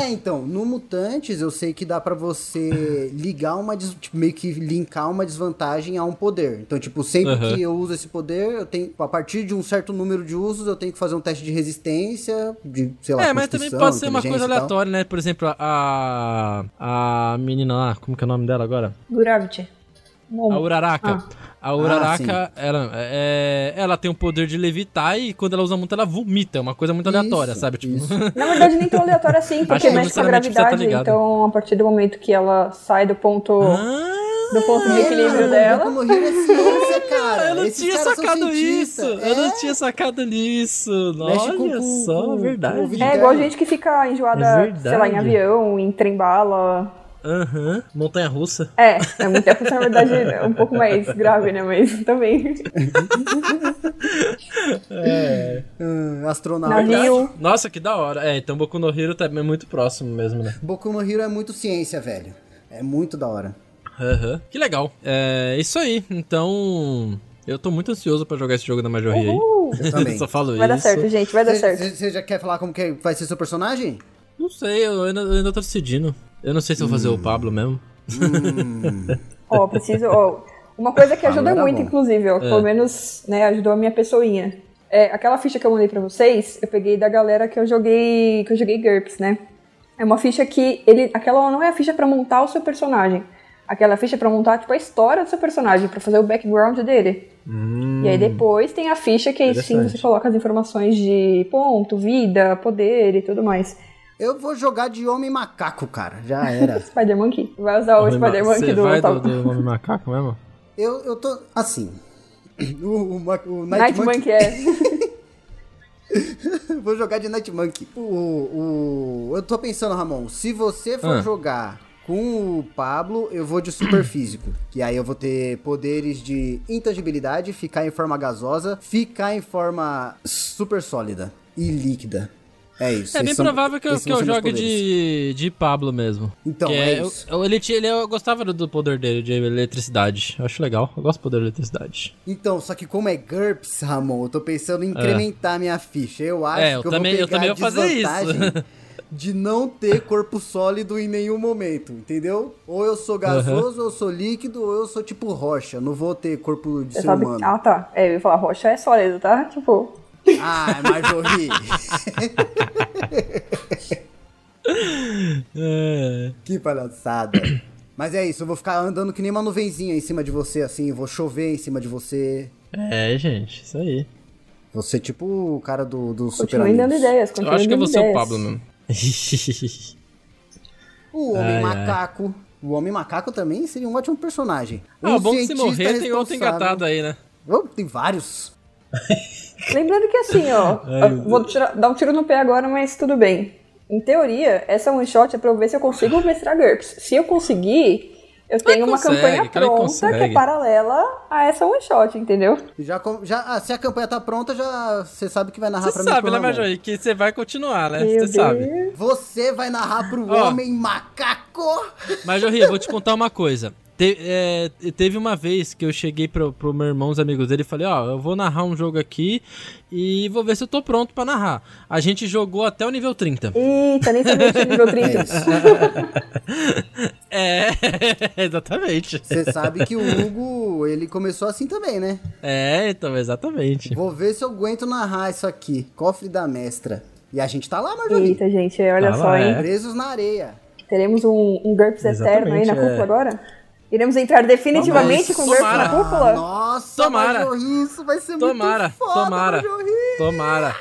S1: É, então, no Mutantes eu sei que dá pra você ligar uma. des- tipo, meio que linkar uma desvantagem a um poder. Então, tipo, sempre
S2: Aham.
S1: que eu uso esse poder, eu tenho. A partir de um certo número de usos, eu tenho que fazer um teste de resistência, de, sei lá,
S2: é, mas também
S1: constituição,
S2: pode ser uma coisa
S1: inteligência e tal.
S2: aleatória, né? Por exemplo, a. A menina lá, como que é o nome dela agora?
S3: Gravity.
S2: A
S3: Não.
S2: Uraraka. A Uraraka,
S1: Ah,
S2: ela, é, ela tem o poder de levitar e quando ela usa muito, ela vomita. É uma coisa muito aleatória,
S1: Isso,
S2: sabe? Tipo,
S1: isso.
S3: Na verdade, nem tão aleatório assim,
S2: Acho
S3: porque
S2: que
S3: mexe com a
S2: necessariamente precisa tá
S3: gravidade.
S2: ligado.
S3: então, a partir do momento que ela sai do ponto,
S2: ah,
S3: do ponto de
S1: É, cara,
S3: equilíbrio
S1: o
S3: dela,
S1: Boku no Hero é ciência, cara.
S2: eu não
S1: Esses
S2: tinha
S1: caras são
S2: sacado isso!
S1: cientistas. É.
S2: Eu não tinha sacado nisso!
S1: Mexe com-
S2: Olha
S1: com-
S2: só,
S1: com- com o
S2: verdade.
S1: vídeo.
S3: é igual gente que fica enjoada,
S2: É
S3: sei lá, em
S2: verdade.
S3: avião, em trem-bala.
S2: Aham, montanha russa.
S3: É, é muito é, na verdade, é um pouco mais grave, né? Mas também.
S1: Hum, astronauta.
S3: Navio.
S2: Nossa, que da hora. É, então Boku no Hero também é muito próximo mesmo, né?
S1: Boku no Hero é muito ciência, velho. É muito da hora.
S2: Aham. Que legal. É isso aí. Então, eu tô muito ansioso pra jogar esse jogo da Majorria aí.
S3: Uh,
S1: Eu também.
S2: Só falo
S3: vai dar
S2: isso.
S3: certo, gente, vai dar certo.
S1: Você já quer falar como que vai ser seu personagem?
S2: Não sei, eu ainda, eu ainda tô decidindo. Eu não sei se eu vou fazer o Pablo mesmo.
S3: Ó, preciso. ó, uma coisa que
S1: Ah,
S3: ajuda
S1: era
S3: muito,
S1: bom.
S3: inclusive,
S2: É.
S3: ó, que pelo menos, né, ajudou a minha pessoinha. É, aquela ficha que eu mandei pra vocês, eu peguei da galera que eu joguei. que eu joguei GURPS, né? É uma ficha que. ele. Aquela não é a ficha pra montar o seu personagem. Aquela ficha pra montar, tipo, a história do seu personagem, pra fazer o background dele.
S2: Hum.
S3: E aí depois tem a ficha que aí sim
S2: Interessante.
S3: você coloca as informações de ponto, vida, poder e tudo mais.
S1: Eu vou jogar de homem macaco, cara. Já era.
S3: Spider-Man Key. Vai usar o Spider-Man Key
S2: Você
S3: do,
S2: vai do,
S3: Otávio.
S2: do Homem Macaco mesmo? É
S1: eu, eu tô. Assim. O, o, ma- o Night,
S3: Night Monkey é.
S1: Vou jogar de Night Monkey. O, o, eu tô pensando, Ramon, se você for
S2: Ah.
S1: jogar com o Pablo, eu vou de super físico. Que aí eu vou ter poderes de intangibilidade, ficar em forma gasosa, ficar em forma super sólida e líquida. É isso.
S2: É
S1: esses
S2: bem
S1: são-
S2: provável que eu,
S1: esses
S2: que
S1: vão
S2: eu
S1: ser meus
S2: jogue
S1: poderes.
S2: de, de Pablo mesmo.
S1: Então,
S2: Que
S1: é
S2: eu-
S1: isso.
S2: Eu, ele tinha, ele, eu gostava do- do poder dele, de eletricidade. Eu acho legal. Eu gosto do poder de eletricidade.
S1: Então, só que como é GURPS, Ramon, eu tô pensando em incrementar minha ficha. Eu acho
S2: É, eu
S1: que eu
S2: também- eu
S1: vou pegar
S2: também
S1: a
S2: vou fazer
S1: desvantagem
S2: isso.
S1: de não ter corpo sólido em nenhum momento, entendeu? Ou eu sou gasoso, ou eu sou líquido, ou eu sou tipo rocha. Não vou ter corpo de
S3: Você
S1: ser
S3: sabe-
S1: humano.
S3: Ah, tá. É, eu ia falar, rocha é sólida, tá? Tipo,
S1: Ah, é Marjorie.
S2: É.
S1: que palhaçada. Mas é isso, eu vou ficar andando que nem uma nuvenzinha em cima de você, assim. Eu vou chover em cima de você.
S2: É, gente, isso aí.
S1: Você, tipo, o cara do, do Super
S3: Continuem dando
S1: Amigos.
S3: ideias,
S2: Eu
S3: continuem
S2: acho que eu
S3: dando
S2: vou ser o
S3: ideias.
S2: Pablo né? mesmo.
S1: O Homem
S2: Ai, ai.
S1: Macaco. O Homem Macaco também seria um ótimo personagem. Um
S2: ah, bom que se
S1: cientista
S2: morrer tem outro
S1: responsável-
S2: engatado aí, né?
S1: Oh, tem vários.
S3: Lembrando que assim, ó,
S2: Ai, meu
S3: vou tirar- dar um tiro no pé agora, mas tudo bem. Em teoria, essa one shot é pra eu ver se eu consigo mestrar GURPS. Se eu conseguir, eu tenho uma
S2: consegue,
S3: campanha
S2: cara, ele
S3: pronta que é
S2: consegue.
S3: paralela a essa one shot, entendeu?
S1: Já, com- já, ah, se a campanha tá pronta, já você sabe que vai narrar
S2: Você
S1: pra mim.
S2: sabe,
S1: por
S2: né,
S1: favor.
S2: Major? Que você vai continuar, né?
S3: Meu
S2: Você
S3: Deus.
S2: sabe.
S1: Você vai narrar pro
S2: Ó.
S1: Homem Macaco.
S2: Mas, Jorri, eu vou te contar uma coisa. Te- é, teve uma vez que eu cheguei pro, pro meu irmão, os amigos dele, e falei, ó, eu vou narrar um jogo aqui e vou ver se eu tô pronto pra narrar. A gente jogou até o nível 30.
S3: Eita, nem sabia que tinha nível 30.
S1: É isso.
S2: É, exatamente.
S1: Você sabe que o Hugo, ele começou assim também, né?
S2: É, então, exatamente.
S1: Vou ver se eu aguento narrar isso aqui. Cofre da mestra. E a gente tá lá, Marjorie.
S3: Eita, gente, olha
S2: Ah,
S3: só,
S2: é.
S3: hein?
S1: Presos na areia.
S3: Teremos um, um GURPS eterno aí
S2: Exatamente,
S3: na
S2: é.
S3: cúpula agora? Iremos entrar definitivamente
S2: Vamos,
S3: com o GURPS
S2: tomara.
S3: na
S1: Ah,
S3: cúpula?
S1: nossa,
S2: Tomara.
S1: Marjorie, isso vai ser
S2: Tomara,
S1: muito foda,
S2: tomara.
S1: Marjorie.
S2: Tomara.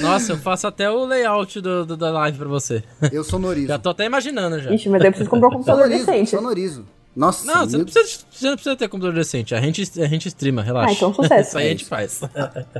S2: Nossa, eu faço até o layout do, do- da live pra você.
S1: Eu sonorizo.
S2: Já tá- tô até imaginando já.
S3: Ixi, mas eu preciso comprar um computador
S1: sonorizo,
S3: decente.
S1: sonorizo. Nossa,
S2: Não, você
S1: meu-
S2: não, precisa, de- você não precisa ter computador decente. A gente, a gente streama, relaxa.
S3: Ah, então sucesso.
S2: Isso aí a gente faz.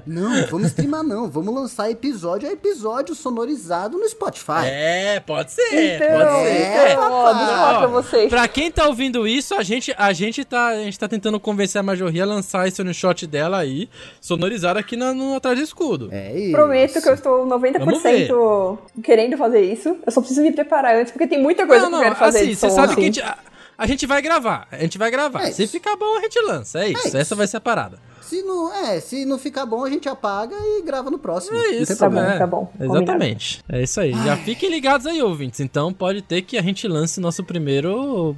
S1: não, vamos streamar não. Vamos lançar episódio a episódio sonorizado no Spotify.
S2: É, pode ser.
S3: Então,
S2: pode ser.
S1: é,
S3: então, ó, deixa eu falar
S2: ó,
S3: pra vocês.
S2: Pra quem tá ouvindo isso, a gente, a gente, tá, a gente tá tentando convencer a Majorria a lançar esse one shot dela aí, sonorizado aqui na, no Atrás do Escudo.
S1: É isso.
S3: Prometo que eu estou
S2: Vamos ver.
S3: 90% querendo fazer isso. Eu só preciso me preparar antes, porque tem muita coisa que eu quero fazer.
S2: assim,
S3: de
S2: você
S3: som,
S2: sabe que a
S3: assim.
S2: gente, a, a gente vai gravar, a gente vai gravar.
S1: É
S2: Se
S1: isso.
S2: ficar bom, a gente lança, é isso.
S1: isso.
S2: Essa vai ser a parada.
S1: Se não, é, se não ficar bom, a gente apaga e grava no próximo.
S2: É
S1: Não
S2: isso,
S1: tem
S3: Tá bom,
S1: problema.
S2: é.
S3: tá bom. Combinado.
S2: Exatamente. É isso aí. Já fiquem ligados aí, ouvintes. Então pode ter que a gente lance nosso primeiro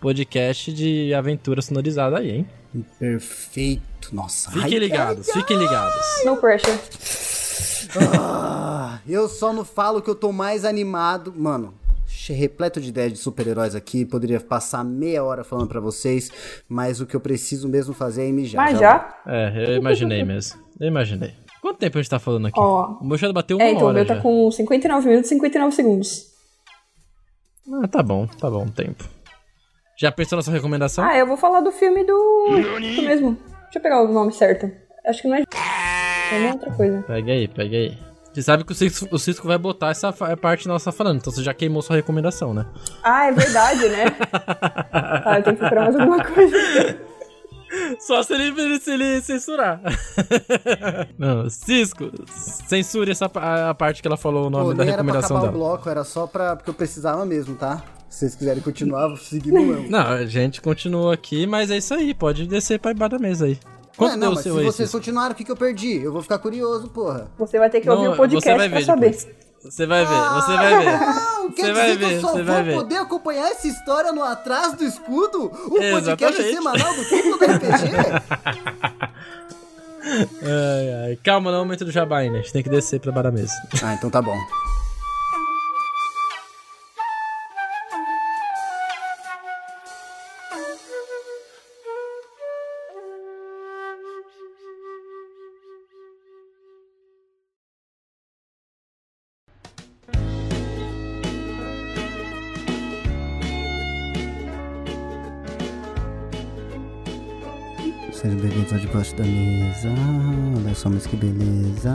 S2: podcast de aventura sonorizada aí, hein?
S1: Perfeito. Nossa. ai,
S2: Fiquem ligados, fiquem ligados.
S3: No pressure.
S1: Ah, eu só não falo que eu tô mais animado. Mano, che- repleto de ideias de super-heróis aqui. Poderia passar meia hora falando pra vocês. Mas o que eu preciso mesmo fazer é mijar.
S3: Mas já,
S2: É, eu imaginei mesmo. Eu imaginei. Quanto tempo a gente tá falando aqui?
S3: Ó.
S2: O meu já bateu uma
S3: é, então o
S2: hora
S3: meu
S2: já.
S3: tá com 59 minutos e 59 segundos.
S2: Ah, tá bom, tá bom, tempo. Já pensou na sua recomendação?
S3: Ah, eu vou falar do filme do. do mesmo. Deixa eu pegar o nome certo. Acho que não é. É uma outra coisa.
S2: Pega aí, pega aí. Você sabe que o Cisco, o Cisco vai botar essa fa- é parte nossa falando, então você já queimou sua recomendação, né?
S3: Ah, é verdade, né? ah, eu tenho que procurar mais alguma coisa.
S2: Só se ele, se ele censurar. Não, Cisco, censure essa, pa- a, a parte que ela falou o nome
S1: Pô,
S2: da
S1: nem era pra
S2: recomendação
S1: acabar o
S2: dela.
S1: bloco, era só pra. Porque eu precisava mesmo, tá? Se vocês quiserem continuar, seguimos eu.
S2: Não, a gente continua aqui, mas é isso aí, pode descer pra embaixo da mesa aí. Quanto
S1: Ué, É,
S2: deu
S1: não,
S2: o
S1: mas se
S2: seu aí,
S1: vocês
S2: Cisco?
S1: continuaram, o que, que eu perdi? Eu vou ficar curioso, porra.
S3: Você vai ter que ouvir o podcast pra saber.
S2: depois. Você vai ver, você vai ver.
S1: Ah, Não,
S2: você
S1: quer
S2: vai
S1: dizer
S2: ver,
S1: que eu só
S2: você
S1: vou
S2: vai ver.
S1: poder acompanhar essa história no Atrás do Escudo? O podcast
S2: Exatamente.
S1: semanal do Clube do RPG?
S2: Ai, ai. Calma, não é o momento do jabá ainda. A gente tem que descer pra barra mesa.
S1: Ah, então tá bom. Sejam bem-vindos ao debaixo da mesa. Olha só, mas que beleza.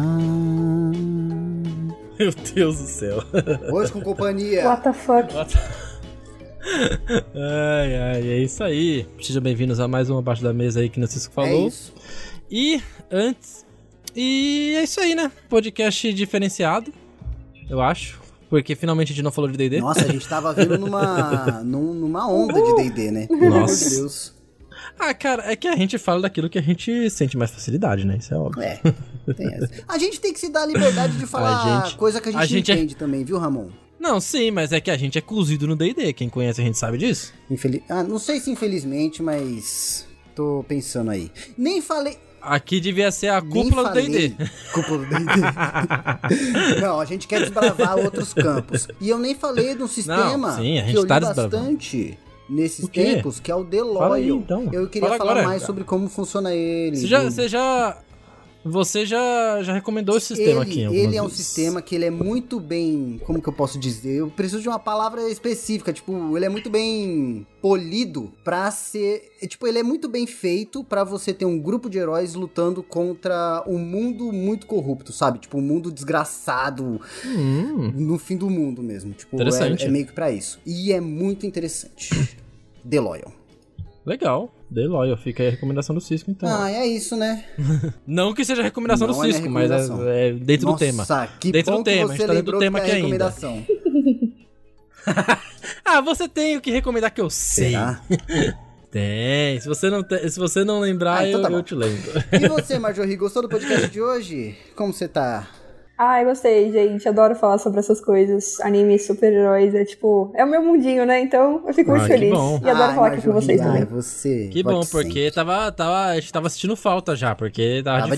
S2: Meu Deus do céu.
S1: Hoje com companhia.
S3: What the fuck?
S2: Ai, ai, é isso aí. Sejam bem-vindos a mais um Abaixo da Mesa aí que não Cisco
S1: É
S2: falou.
S1: isso.
S2: e antes. E é isso aí, né? Podcast diferenciado, eu acho. Porque finalmente a gente não falou de DD.
S1: Nossa, a gente tava vindo numa, num- numa onda de D&D, né? Pelo amor
S2: Nossa.
S1: de Deus.
S2: Ah, cara, é que a gente fala daquilo que a gente sente mais facilidade, né? Isso é óbvio.
S1: É, tem essa. A gente tem que se dar a liberdade de falar
S2: gente-
S1: coisa que a gente,
S2: a gente é-
S1: entende também, viu, Ramon?
S2: Não, sim, mas é que a gente é cozido no DD. Quem conhece a gente sabe disso.
S1: Infeli... Ah, não sei se infelizmente, mas tô pensando aí. Nem falei...
S2: Aqui devia ser a
S1: nem
S2: cúpula do
S1: falei...
S2: DD.
S1: Cúpula do D&D. não, a gente quer desbravar outros campos. E eu nem falei de um sistema
S2: sim, a gente
S1: que eu
S2: tá
S1: li
S2: desbravando.
S1: bastante nesses
S2: O quê?
S1: tempos, que é o The
S2: Fala aí,
S1: Loyal.
S2: então.
S1: Eu queria
S2: Fala
S1: falar
S2: agora,
S1: mais
S2: cara.
S1: sobre como funciona ele.
S2: Você já,
S1: do-
S2: você já. Você já, já recomendou esse sistema
S1: ele,
S2: aqui. algumas
S1: ele é um
S2: vezes.
S1: sistema que ele é muito bem. Como que eu posso dizer? Eu preciso de uma palavra específica. Tipo, ele é muito bem polido pra ser. é, Tipo, ele é muito bem feito pra você ter um grupo de heróis lutando contra um mundo muito corrupto, sabe? Tipo, um mundo desgraçado,
S2: Hum,
S1: no fim do mundo mesmo. Tipo,
S2: Interessante.
S1: É, é meio que pra isso. E é muito interessante. The Loyal.
S2: legal. The Loyal, fica aí a recomendação do Cisco, então.
S1: Ah, é isso, né?
S2: não que seja a recomendação
S1: Não
S2: do
S1: é minha
S2: Cisco, mas é-
S1: recomendação.
S2: é, dentro do tema.
S1: Nossa, que
S2: Dentro do
S1: bom
S2: tema, a
S1: que
S2: gente
S1: você
S2: tá dentro do
S1: lembrou que
S2: tema
S1: é a
S2: aqui ainda.
S1: recomendação.
S2: Ah, você tem o que recomendar que eu sei.
S1: Será?
S2: Tem. Se você não, te- se você não lembrar,
S1: Ah, então
S2: eu,
S1: tá bom.
S2: eu te lembro.
S1: E você, Marjorie, gostou do podcast de hoje? Como você tá?
S3: Ai, Ah, gostei, gente. Adoro falar sobre essas coisas. Animes, super-heróis, é tipo... É o meu mundinho, né? Então, eu fico
S2: Ah,
S3: muito
S2: que
S3: feliz.
S2: bom.
S3: E adoro
S1: Ai,
S3: falar aqui com
S1: Marjorie,
S3: vocês
S1: ai,
S3: também.
S1: você.
S2: Que
S1: vai
S2: bom,
S1: que sim.
S2: porque tava, tava, a gente tava sentindo falta já, porque tava,
S1: então. Tava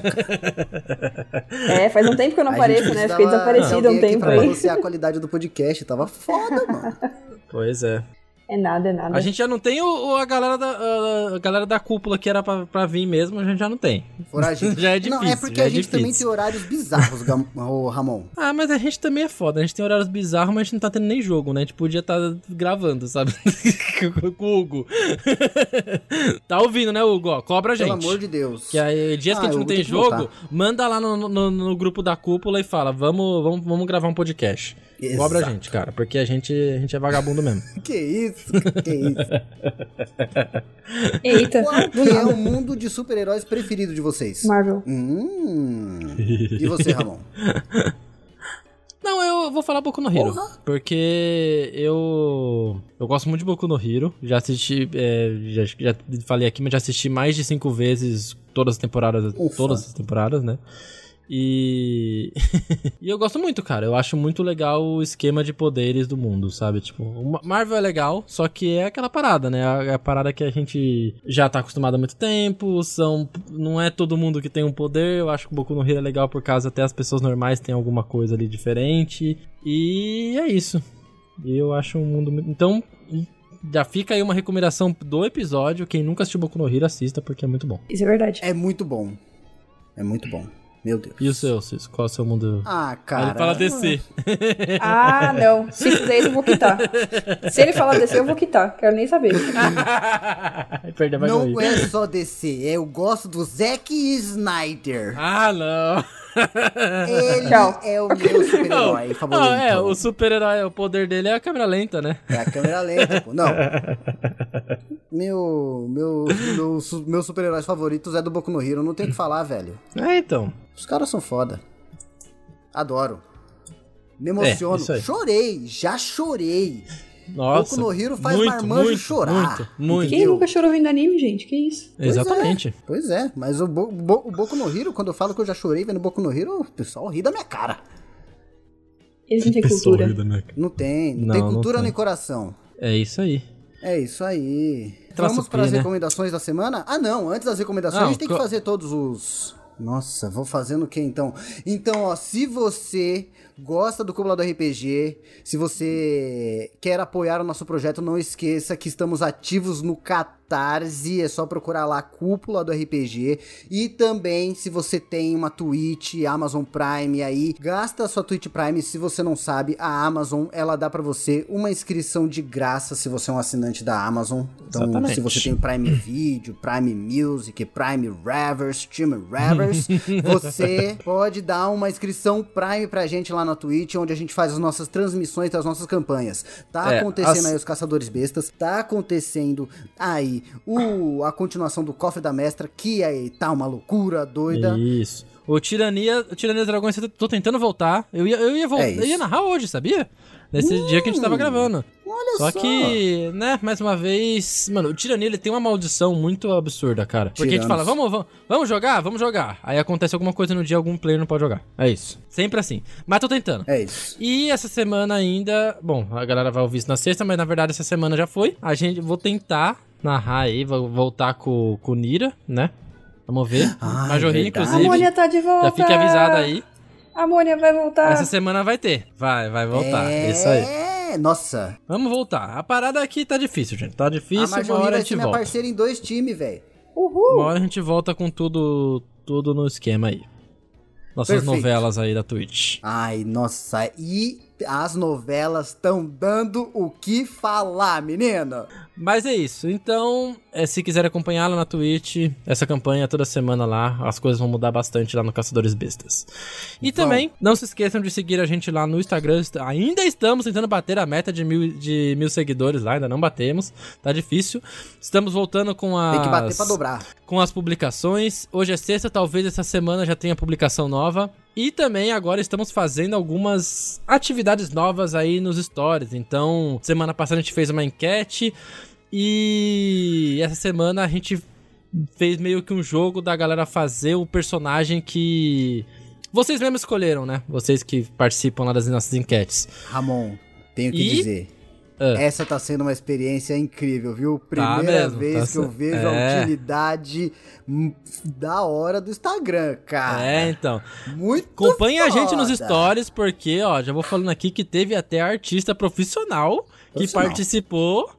S1: difícil. cara.
S3: É, faz um tempo que eu não
S1: A gente
S3: apareço, né? Fiquei
S1: precisava de
S3: desaparecida
S1: alguém
S3: um
S1: aqui
S3: tempo
S1: Pra
S3: aí.
S1: balancear a qualidade do podcast, tava foda, mano.
S2: Pois é.
S3: É nada, é nada.
S2: A gente já não tem o, o- a, galera da, a- a galera da cúpula que era pra, pra vir mesmo, a gente já não tem.
S1: Coragem.
S2: Já é
S1: Não, é
S2: difícil,
S1: porque
S2: já
S1: a
S2: é
S1: gente também tem
S2: difícil.
S1: horários bizarros, Gam- ô, Ramon.
S2: Ah, mas a gente também é foda. A gente tem horários bizarros, mas a gente não tá tendo nem jogo, né? A gente podia estar gravando, sabe? Com- Com o Hugo. tá ouvindo, né, Hugo? Ó, cobra a gente.
S1: Pelo amor de Deus.
S2: Que aí, dias que a
S1: Ah,
S2: gente não
S1: eu
S2: tem
S1: vou ter que
S2: jogo, manda lá no, no- no grupo da cúpula e fala: vamos, vamos, vamos gravar um podcast. Cobra a
S1: Exato.
S2: gente, cara, porque a gente, a gente é vagabundo mesmo.
S1: Que isso, que é isso.
S3: Eita,
S1: Qual que é o mundo de super-heróis preferido de vocês?
S3: Marvel.
S1: Hum. E você, Ramon?
S2: Não, eu vou falar Boku no Hero. Porque eu. Eu gosto muito de Boku no Hero. Já assisti. é, já, já falei aqui, mas já assisti mais de cinco vezes todas as temporadas.
S1: Ufa.
S2: Todas as temporadas, né? E. e eu gosto muito, cara. Eu acho muito legal o esquema de poderes do mundo, sabe? Tipo, o Ma- Marvel é legal, só que é aquela parada, né? A, a parada que a gente já tá acostumado há muito tempo. São. Não é todo mundo que tem um poder. Eu acho que o Boku no Hero é legal por causa até as pessoas normais têm alguma coisa ali diferente. E é isso. E Eu acho um mundo. muito- Então. Já fica aí uma recomendação do episódio. Quem nunca assistiu Boku no Hero, assista, porque é muito bom.
S3: Isso é verdade.
S1: É muito bom. É muito bom. Meu Deus.
S2: E o seu, Cis? Qual é o seu mundo?
S1: Ah,
S2: Aí
S1: cara.
S2: ele fala DC.
S3: Ah, não. Se fizer isso, eu vou quitar. Se ele falar desse, eu vou quitar. Quero nem saber.
S2: Perdeu, vai
S1: Não
S2: doer.
S1: é só DC, eu gosto do Zack Snyder.
S2: Ah, não.
S1: Ele
S3: Tchau.
S1: é o meu super-herói
S2: Não,
S1: favorito.
S2: é, o super-herói, o poder dele é a câmera lenta, né?
S1: É a câmera lenta, pô. Não. Meu, meu, meu, su- meus super-heróis favoritos é do Boku no Hero, não tem o que falar, velho.
S2: É, então.
S1: Os caras são foda. Adoro. Me emociono.
S2: É, isso aí.
S1: chorei, já chorei.
S2: Nossa.
S1: Boku no Hero faz
S2: muito,
S1: marmanjo
S2: muito,
S1: chorar.
S2: Muito, muito.
S3: Quem
S1: Eu.
S3: nunca chorou vendo anime, gente? Que isso?
S1: Pois é.
S2: Exatamente.
S1: Pois é, mas o, Bo- Bo- o Boku no Hero, quando eu falo que eu já chorei vendo Boku no Hero, o pessoal ri da minha cara.
S3: Eles não têm cultura.
S2: né,
S1: Não tem, não,
S2: Não,
S1: tem
S2: não
S1: cultura
S2: tem.
S1: nem coração.
S2: É isso aí.
S1: É isso aí.
S2: Traço
S1: Vamos
S2: P,
S1: para as
S2: né?
S1: recomendações da semana? Ah, não, antes das recomendações
S2: Não,
S1: a gente tem
S2: co-
S1: que fazer todos os. Nossa, vou fazendo o que então? Então, ó, se você gosta do Cúpula do RPG, se você quer apoiar o nosso projeto, não esqueça que estamos ativos no Catarse, é só procurar lá Cúpula do RPG. E também, se você tem uma Twitch, Amazon Prime aí, gasta a sua Twitch Prime. Se você não sabe, a Amazon, ela dá pra você uma inscrição de graça se você é um assinante da Amazon. Então,
S2: Exatamente.
S1: se você tem Prime
S2: Hum.
S1: Video, Prime Music, Prime Revers, Stream Revers, você pode dar uma inscrição Prime pra gente lá na Twitch, onde a gente faz as nossas transmissões das nossas campanhas. Tá
S2: É,
S1: acontecendo
S2: as-
S1: aí os Caçadores Bestas, tá acontecendo aí o, a continuação do Cofre da Mestra, que aí tá uma loucura doida.
S2: É Isso. O Tirania, o Tirania dos Dragões, eu tô tentando voltar. Eu ia, eu ia, vol-
S1: É isso.
S2: eu ia narrar hoje, sabia? Nesse dia que a gente tava gravando.
S1: Olha
S2: Só
S1: só!
S2: que, né, mais uma vez, mano, o Tirania ele tem uma maldição muito absurda, cara. Porque a gente
S1: Tiranos.
S2: fala, vamos, vamos, vamos jogar, vamos jogar. Aí acontece alguma coisa no dia, algum player não pode jogar. É isso. Sempre assim. Mas tô tentando.
S1: É isso.
S2: E essa semana ainda, bom, a galera vai ouvir isso na sexta, mas na verdade essa semana já foi. A gente vou tentar narrar aí, vou voltar com com o Nira, né? Vamos ver.
S1: Ah,
S2: Majorri,
S1: verdade.
S3: A
S2: inclusive.
S3: Mônia tá de volta.
S2: Já fique avisada aí.
S3: A Mônia vai voltar.
S2: Essa semana vai ter. Vai, vai voltar.
S1: é...
S2: Isso aí.
S1: Nossa,
S2: Vamos voltar. A parada aqui tá difícil, gente. Tá difícil,
S1: a
S2: uma
S1: Marjorie
S2: hora a
S1: vai ser
S2: gente
S1: minha
S2: volta.
S1: parceira em dois times, velho.
S3: Uhul.
S2: Uma hora a gente volta com tudo, tudo no esquema aí. Nossas
S1: Perfeito.
S2: novelas aí da Twitch.
S1: Ai, nossa, e as novelas estão dando o que falar, menina.
S2: Mas é isso. Então, é, se quiser acompanhá-la na Twitch, essa campanha toda semana lá, as coisas vão mudar bastante lá no Caçadores Bestas. E
S1: Então-
S2: também, não se esqueçam de seguir a gente lá no Instagram. est- Ainda estamos tentando bater a meta de mil, de mil seguidores lá, ainda não batemos. Tá difícil. Estamos voltando com as,
S1: Tem que bater pra dobrar.
S2: com as publicações. Hoje é sexta, talvez essa semana já tenha publicação nova. E também agora estamos fazendo algumas atividades novas aí nos stories. Então, semana passada a gente fez uma enquete e essa semana a gente fez meio que um jogo da galera fazer o personagem que vocês mesmos escolheram, né? Vocês que participam lá das nossas enquetes.
S1: Ramon, tenho que
S2: E-
S1: dizer.
S2: Ah.
S1: Essa tá sendo uma experiência incrível, viu?
S2: Tá
S1: Primeira
S2: mesmo,
S1: vez
S2: tá
S1: que eu
S2: se-
S1: vejo
S2: é.
S1: a utilidade hum, da hora do Instagram, Ah, cara.
S2: É, então.
S1: Muito
S2: Acompanha a gente nos
S1: foda.
S2: stories, porque, ó, já vou falando aqui que teve até artista profissional que
S1: Profissional.
S2: participou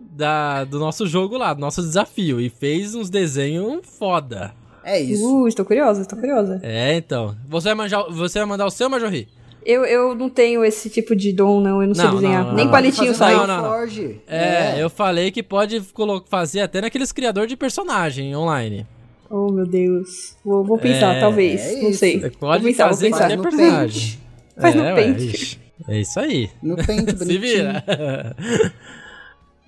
S2: da, do nosso jogo lá, do nosso desafio, e fez uns desenhos foda.
S1: É isso.
S3: Uh, estou curiosa, estou curiosa.
S2: É, então. Você vai, manjar, você vai mandar o seu, Majorri?
S3: Eu, eu não tenho esse tipo de dom, não. Eu não, sei
S2: Não,
S3: desenhar.
S2: não, não,
S3: Nem
S2: não.
S3: palitinho
S1: Fazendo
S3: sai.
S2: Não, não, não.
S1: Forge.
S2: É, eu falei que pode colo- fazer até naqueles criador de personagem online.
S3: Oh, meu Deus. Vou, vou pensar, talvez.
S1: é
S3: não
S1: isso.
S3: sei.
S2: Você pode
S3: vou pensar, vou
S2: fazer né?
S3: pensar.
S2: qualquer
S1: no
S2: é personagem.
S3: Faz no
S2: é, ué,
S3: Paint.
S2: ixi. é isso aí.
S1: Não tem
S2: Se vira.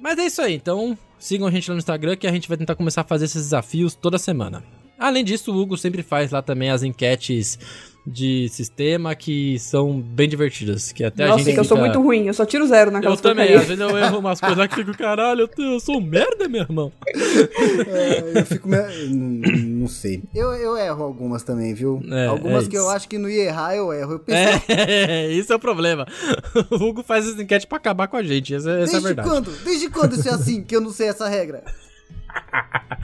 S2: Mas é isso aí, então sigam a gente lá no Instagram que a gente vai tentar começar a fazer esses desafios toda semana. Além disso, o Hugo sempre faz lá também as enquetes de sistema que são bem divertidas. Que até a
S3: Nossa,
S2: gente
S3: que eu sou
S2: fica-
S3: muito ruim. Eu só tiro zero
S2: Eu
S3: naquela
S2: também, às vezes eu erro umas coisas lá que eu fico, caralho, eu, tô- eu sou um merda, meu irmão.
S1: É, eu fico. Me... Não, não sei. Eu, eu erro algumas também, viu?
S2: É,
S1: algumas
S2: é
S1: que eu
S2: isso.
S1: acho que não ia errar, eu erro. Eu pensei,
S2: É, isso é o problema. O Hugo faz as enquetes pra acabar com a gente, essa, essa é a
S1: desde
S2: verdade.
S1: quando? Desde quando isso é assim que eu não sei essa regra?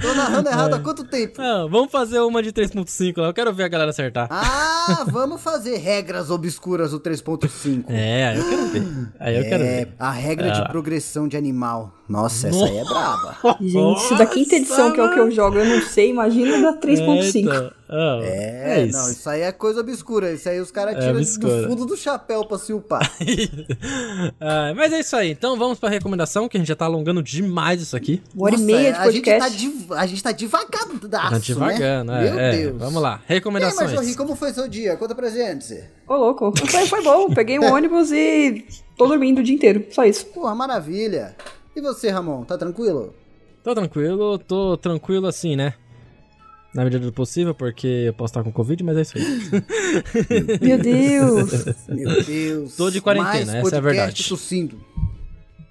S1: Tô narrando errado há quanto tempo?
S2: Ah, vamos fazer uma de 3.5 lá, eu quero ver a galera acertar.
S1: Ah, vamos fazer regras obscuras do
S3: Ah.
S1: 3.5.
S2: É, aí eu quero ver. Aí eu quero ver.
S1: É,
S2: Ah.
S1: a regra de progressão de animal. Nossa, essa aí é braba.
S3: Gente, isso da quinta edição, que é o que eu jogo, eu não sei. Imagina da 3.5.
S2: né? Eita. Ah,
S1: É,
S2: isso.
S1: não, isso aí é coisa obscura. Isso aí os caras
S2: É,
S1: tiram
S2: obscura.
S1: do fundo do chapéu pra se upar.
S2: Ah, mas é isso aí. Então vamos pra recomendação, que a gente já tá alongando demais isso aqui.
S3: Uma hora e
S1: Nossa,
S3: meia de
S1: a gente tá
S3: podcast.
S1: div- A gente tá devagadaço,
S2: tá devagando,
S1: né?
S2: é,
S1: Meu
S2: é.
S1: Deus.
S2: Vamos lá,
S1: E aí,
S2: recomendações.
S1: Marjorie, como foi seu dia? Conta pra gente.
S3: Ô, louco. Foi, foi bom. Peguei um ônibus e tô dormindo o dia inteiro. Só isso.
S1: Porra, maravilha. E você, Ramon, tá tranquilo?
S2: Tô tranquilo, tô tranquilo assim, né? Na medida do possível, porque eu posso estar com Covid, mas é isso aí.
S3: Meu Deus.
S1: Meu Deus.
S2: Tô de quarentena,
S1: Mais
S2: essa é a
S1: podcast
S2: verdade.
S1: Tossindo.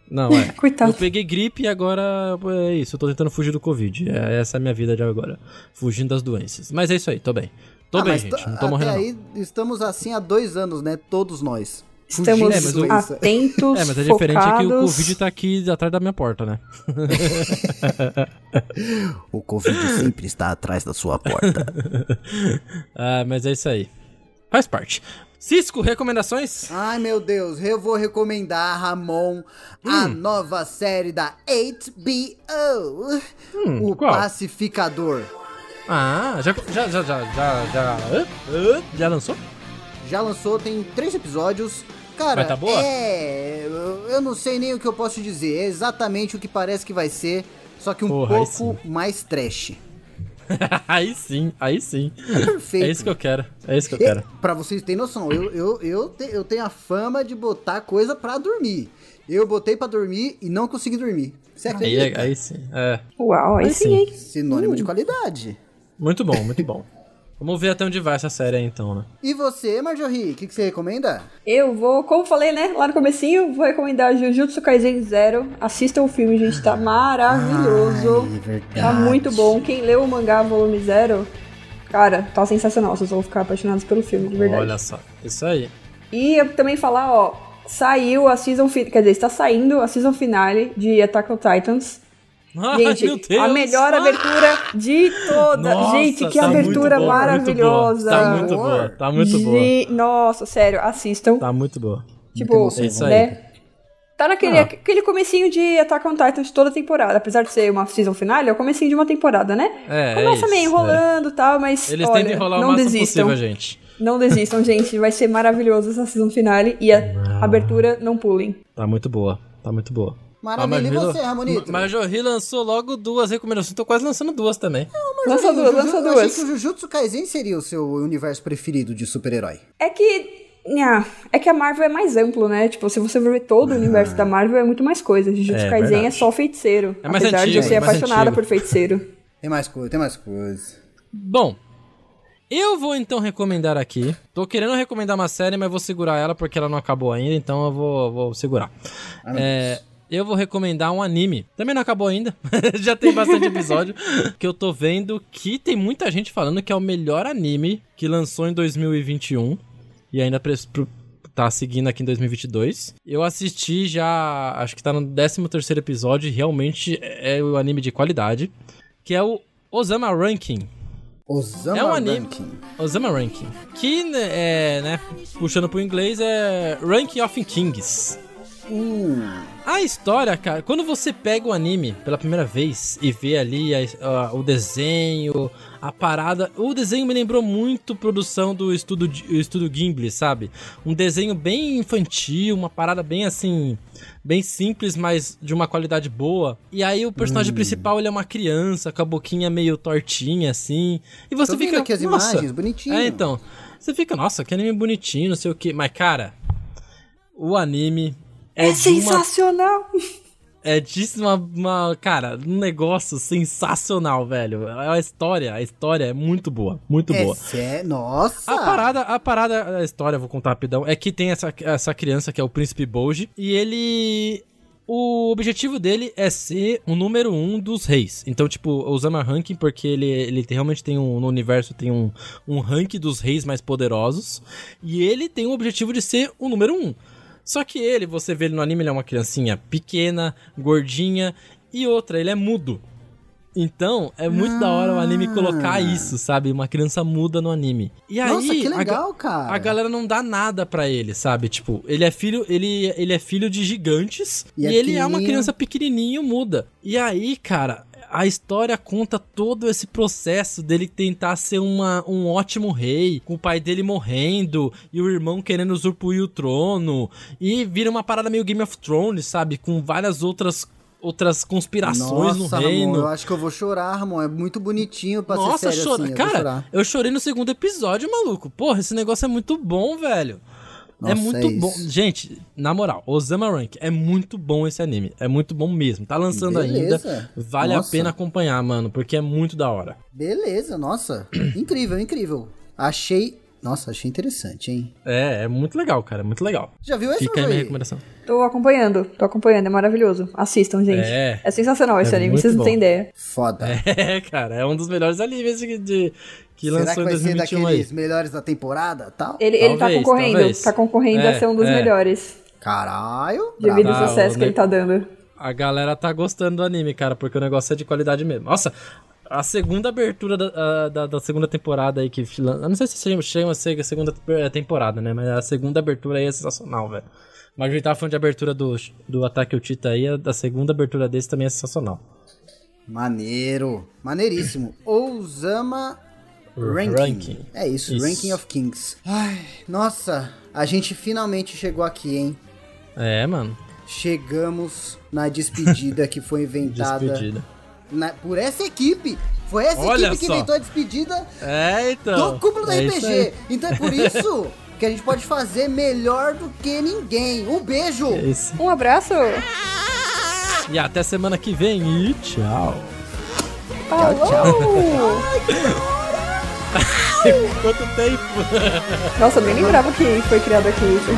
S2: Não, é. Eu
S3: Coitado.
S2: peguei gripe e agora é isso. Eu tô tentando fugir do Covid. É, essa é a minha vida de agora. Fugindo das doenças. Mas é isso aí, tô bem. Tô
S1: Ah,
S2: bem,
S1: mas
S2: gente.
S1: t-
S2: Não tô morrendo.
S1: Até
S2: não.
S1: aí, estamos assim há dois anos, né? Todos nós.
S3: Estamos
S2: É, mas o-
S3: atentos,
S2: É, mas é diferente
S3: focados.
S2: que o Covid tá aqui atrás da minha porta, né?
S1: O Covid sempre está atrás da sua porta.
S2: Ah, mas é isso aí. Faz parte. Cisco, recomendações?
S1: Ai, meu Deus, eu vou recomendar, Ramon,
S2: Hum.
S1: a nova série da HBO, O
S2: Hum, qual?
S1: Pacificador.
S2: Ah, já. Já. Já. Já. Já. Já, hã? Hã? já lançou?
S1: Já lançou, tem três episódios. Cara,
S2: Mas tá boa?
S1: é. eu- Eu não sei nem o que eu posso dizer. É exatamente o que parece que vai ser, só que um
S2: Porra, aí
S1: pouco mais trash.
S2: aí sim, aí sim.
S1: Perfeito.
S2: É isso que eu quero. É isso que eu
S1: E,
S2: quero.
S1: pra vocês terem noção, eu, eu, eu, te- eu tenho a fama de botar coisa pra dormir. Eu botei pra dormir e não consegui dormir. Você
S2: Aí,
S1: acredita?
S2: é- Uh. aí sim. É.
S3: Uau, aí
S2: Aí
S3: sim,
S2: sim.
S3: hein?
S1: Sinônimo de qualidade.
S2: Muito bom, muito bom. Vamos ver até onde vai essa série aí então, né?
S1: E você, Marjorie, o que, que você recomenda?
S3: Eu vou, como falei, né, lá no comecinho, vou recomendar Jujutsu Kaisen Zero. Assistam o filme, gente, tá maravilhoso.
S1: Ai, é verdade.
S3: Tá muito bom. Quem leu o mangá volume zero, cara, tá sensacional. Vocês vão ficar apaixonados pelo filme, de verdade.
S2: Olha só. Isso aí.
S3: E eu também falar, ó, saiu a season finale, quer dizer, está saindo a season finale de Attack on Titans.
S2: Ai,
S3: Gente, a melhor
S2: Ah!
S3: abertura de toda.
S2: Nossa,
S3: gente, que
S2: tá muito
S3: abertura
S2: boa, muito boa.
S3: maravilhosa.
S2: Tá muito boa, tá muito boa.
S1: Tá,
S3: Ge- Nossa, sério, assistam.
S2: Tá muito boa.
S3: tipo,
S1: emoção,
S2: É isso
S3: né? Tá naquele
S2: Ah.
S3: aquele comecinho de Attack on Titan de toda a temporada. Apesar de ser uma season finale, é o comecinho de uma temporada, né?
S2: É,
S3: Começa
S2: é
S3: meio
S2: isso,
S3: enrolando e tal, mas
S2: é. Eles
S3: olha,
S2: tentam enrolar o
S3: não
S2: máximo
S3: desistam.
S2: possível, gente.
S3: Não desistam, gente. Vai ser maravilhoso essa season finale. E a abertura, não pulem.
S2: Tá muito boa, tá muito boa.
S1: Maravilha, e
S2: Major Hilo-
S1: você, Ramonito?
S2: Ma- Major Hill lançou logo duas recomendações, tô quase lançando duas também.
S3: Lança
S1: Juju-
S3: duas, lança
S1: Eu achei
S3: duas.
S1: que o Jujutsu Kaisen seria o seu universo preferido de super-herói.
S3: É que. nha, É que a Marvel é mais amplo, né? Tipo, se você ver todo o
S1: Ah.
S3: universo da Marvel, é muito mais coisa. Jujutsu
S2: É,
S3: Kaisen é
S2: verdade.
S3: só feiticeiro.
S2: É mais
S3: apesar de
S2: antigo,
S3: eu ser
S2: é mais
S3: apaixonada
S2: antigo.
S3: por feiticeiro.
S1: Tem mais coisa, tem mais coisa.
S2: Bom, eu vou então recomendar aqui. Tô querendo recomendar uma série, mas vou segurar ela porque ela não acabou ainda, então eu vou, vou segurar.
S1: Ah, meu
S2: É, eu vou recomendar um anime. Também não acabou ainda, já tem bastante episódio. que eu tô vendo que tem muita gente falando que é o melhor anime que lançou em 2021 e ainda pres- pro- tá seguindo aqui em 2022. Eu assisti já, acho que tá no 13º episódio e realmente é o anime de qualidade, que é o Osama Ranking.
S1: Osama
S2: É um anime.
S1: Rankin.
S2: Osama Ranking. Que, né, é, né, puxando pro inglês, é Ranking of Kings.
S1: Hum,
S2: A história, cara, quando você pega o anime pela primeira vez e vê ali a- a- o desenho, a parada. O desenho me lembrou muito produção do estudo, de- estudo Gimli, sabe? Um desenho bem infantil, uma parada bem assim. Bem simples, mas de uma qualidade boa. E aí o
S1: Hum.
S2: personagem principal ele é uma criança, com a boquinha meio tortinha, assim. E você
S1: tô vendo
S2: fica.
S1: aqui as
S2: "Nossa,
S1: imagens, bonitinho.
S2: é, então. Você fica, nossa, que anime bonitinho, não sei o que. Mas, cara, o anime é,
S3: É,
S2: de uma,
S3: sensacional!
S2: é de uma, uma- Cara, um negócio sensacional, velho. A história, a história é muito boa. Muito
S1: É
S2: boa. Ah,
S1: sé- Nossa!
S2: A parada, a parada da história, eu vou contar rapidão, é que tem essa, essa criança que é o príncipe Boji, e ele. O objetivo dele é ser o número um dos reis. Então, tipo, Osama Ranking, porque ele, ele tem- realmente tem um. No universo tem um, um ranking dos reis mais poderosos. E ele tem o objetivo de ser o número um. Só que ele, você vê ele no anime, ele é uma criancinha pequena, gordinha. E outra, ele é mudo. Então, é muito da hora o anime colocar isso, sabe? Uma criança muda no anime. E aí,
S1: Nossa, que
S2: a ga-
S1: legal, cara.
S2: a galera não dá nada pra ele, sabe? Tipo, ele é filho, ele, ele é filho de gigantes
S1: E
S2: e,
S1: é
S2: ele é uma
S1: pequenininho.
S2: criança pequenininho, muda. E aí, cara, a história conta todo esse processo dele tentar ser uma, um ótimo rei, com o pai dele morrendo e o irmão querendo usurpar o trono e vira uma parada meio Game of Thrones, sabe? Com várias outras outras conspirações
S1: Nossa,
S2: no reino.
S1: Ramon, eu acho que eu vou chorar, Ramon. É muito bonitinho pra
S2: Nossa,
S1: ser sério
S2: chora.
S1: assim. eu vou
S2: cara,
S1: chorar.
S2: eu chorei no segundo episódio, maluco. Porra, esse negócio é muito bom, velho.
S1: Nossa,
S2: é muito
S1: é isso.
S2: bom. Gente, na moral, Osama Rank, é muito bom esse anime. É muito bom mesmo. Tá lançando
S1: Beleza.
S2: ainda. Vale
S1: Nossa.
S2: a pena acompanhar, mano, porque é muito da hora.
S1: Beleza, nossa. incrível, incrível. Achei... Nossa, achei interessante, hein?
S2: É, é muito legal, cara. É muito legal.
S1: Já viu essa,
S2: Fica aí
S1: Joey?
S2: minha recomendação.
S3: Tô acompanhando, tô acompanhando, é maravilhoso. Assistam, gente.
S2: É.
S3: É, sensacional esse
S2: É
S3: anime,
S2: muito
S3: vocês não
S2: bom.
S3: têm ideia.
S1: Foda.
S2: É, cara, é um dos melhores animes que, de, que
S1: Será que
S2: lançou em
S1: vai ser
S2: 2021 aí.
S1: daqueles melhores da temporada tal?
S3: Ele, ele tá
S2: Talvez,
S3: concorrendo,
S2: talvez.
S3: tá concorrendo
S2: É,
S3: a ser um dos
S2: é.
S3: melhores,
S1: Caralho.
S3: devido
S1: brabo.
S2: Tá,
S3: ao sucesso
S2: o
S3: que ele tá dando.
S2: A galera tá gostando do anime, cara, porque o negócio é de qualidade mesmo. Nossa, a segunda abertura da, a- da, da segunda temporada aí que. lan- Eu não sei se chama, chama se- segunda eh, temporada, né? Mas a segunda abertura aí é sensacional, velho. Mas a gente tava falando de abertura do, do Ataque ao Tita aí, a da segunda abertura desse também é sensacional.
S1: Maneiro. Maneiríssimo. Osama Ranking.
S2: Ranking.
S1: É isso,
S2: Isso.
S1: Ranking of Kings. Ai, nossa, a gente finalmente chegou aqui, hein?
S2: É, mano.
S1: Chegamos na despedida que foi inventada
S2: Despedida.
S1: na- por essa equipe. Foi essa
S2: Olha
S1: equipe que
S2: só.
S1: inventou a despedida
S2: É, então.
S1: do cúmulo da
S2: é isso aí.
S1: RPG. Então é por isso que a gente pode fazer melhor do que ninguém. Um beijo!
S2: É isso.
S3: Um abraço!
S2: E até semana que vem e tchau.
S3: Falou!
S2: Quanto tempo?
S3: Nossa, eu nem lembrava que foi criado aqui isso.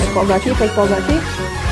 S2: É,
S3: Pode pausar aqui? Pode pausar aqui?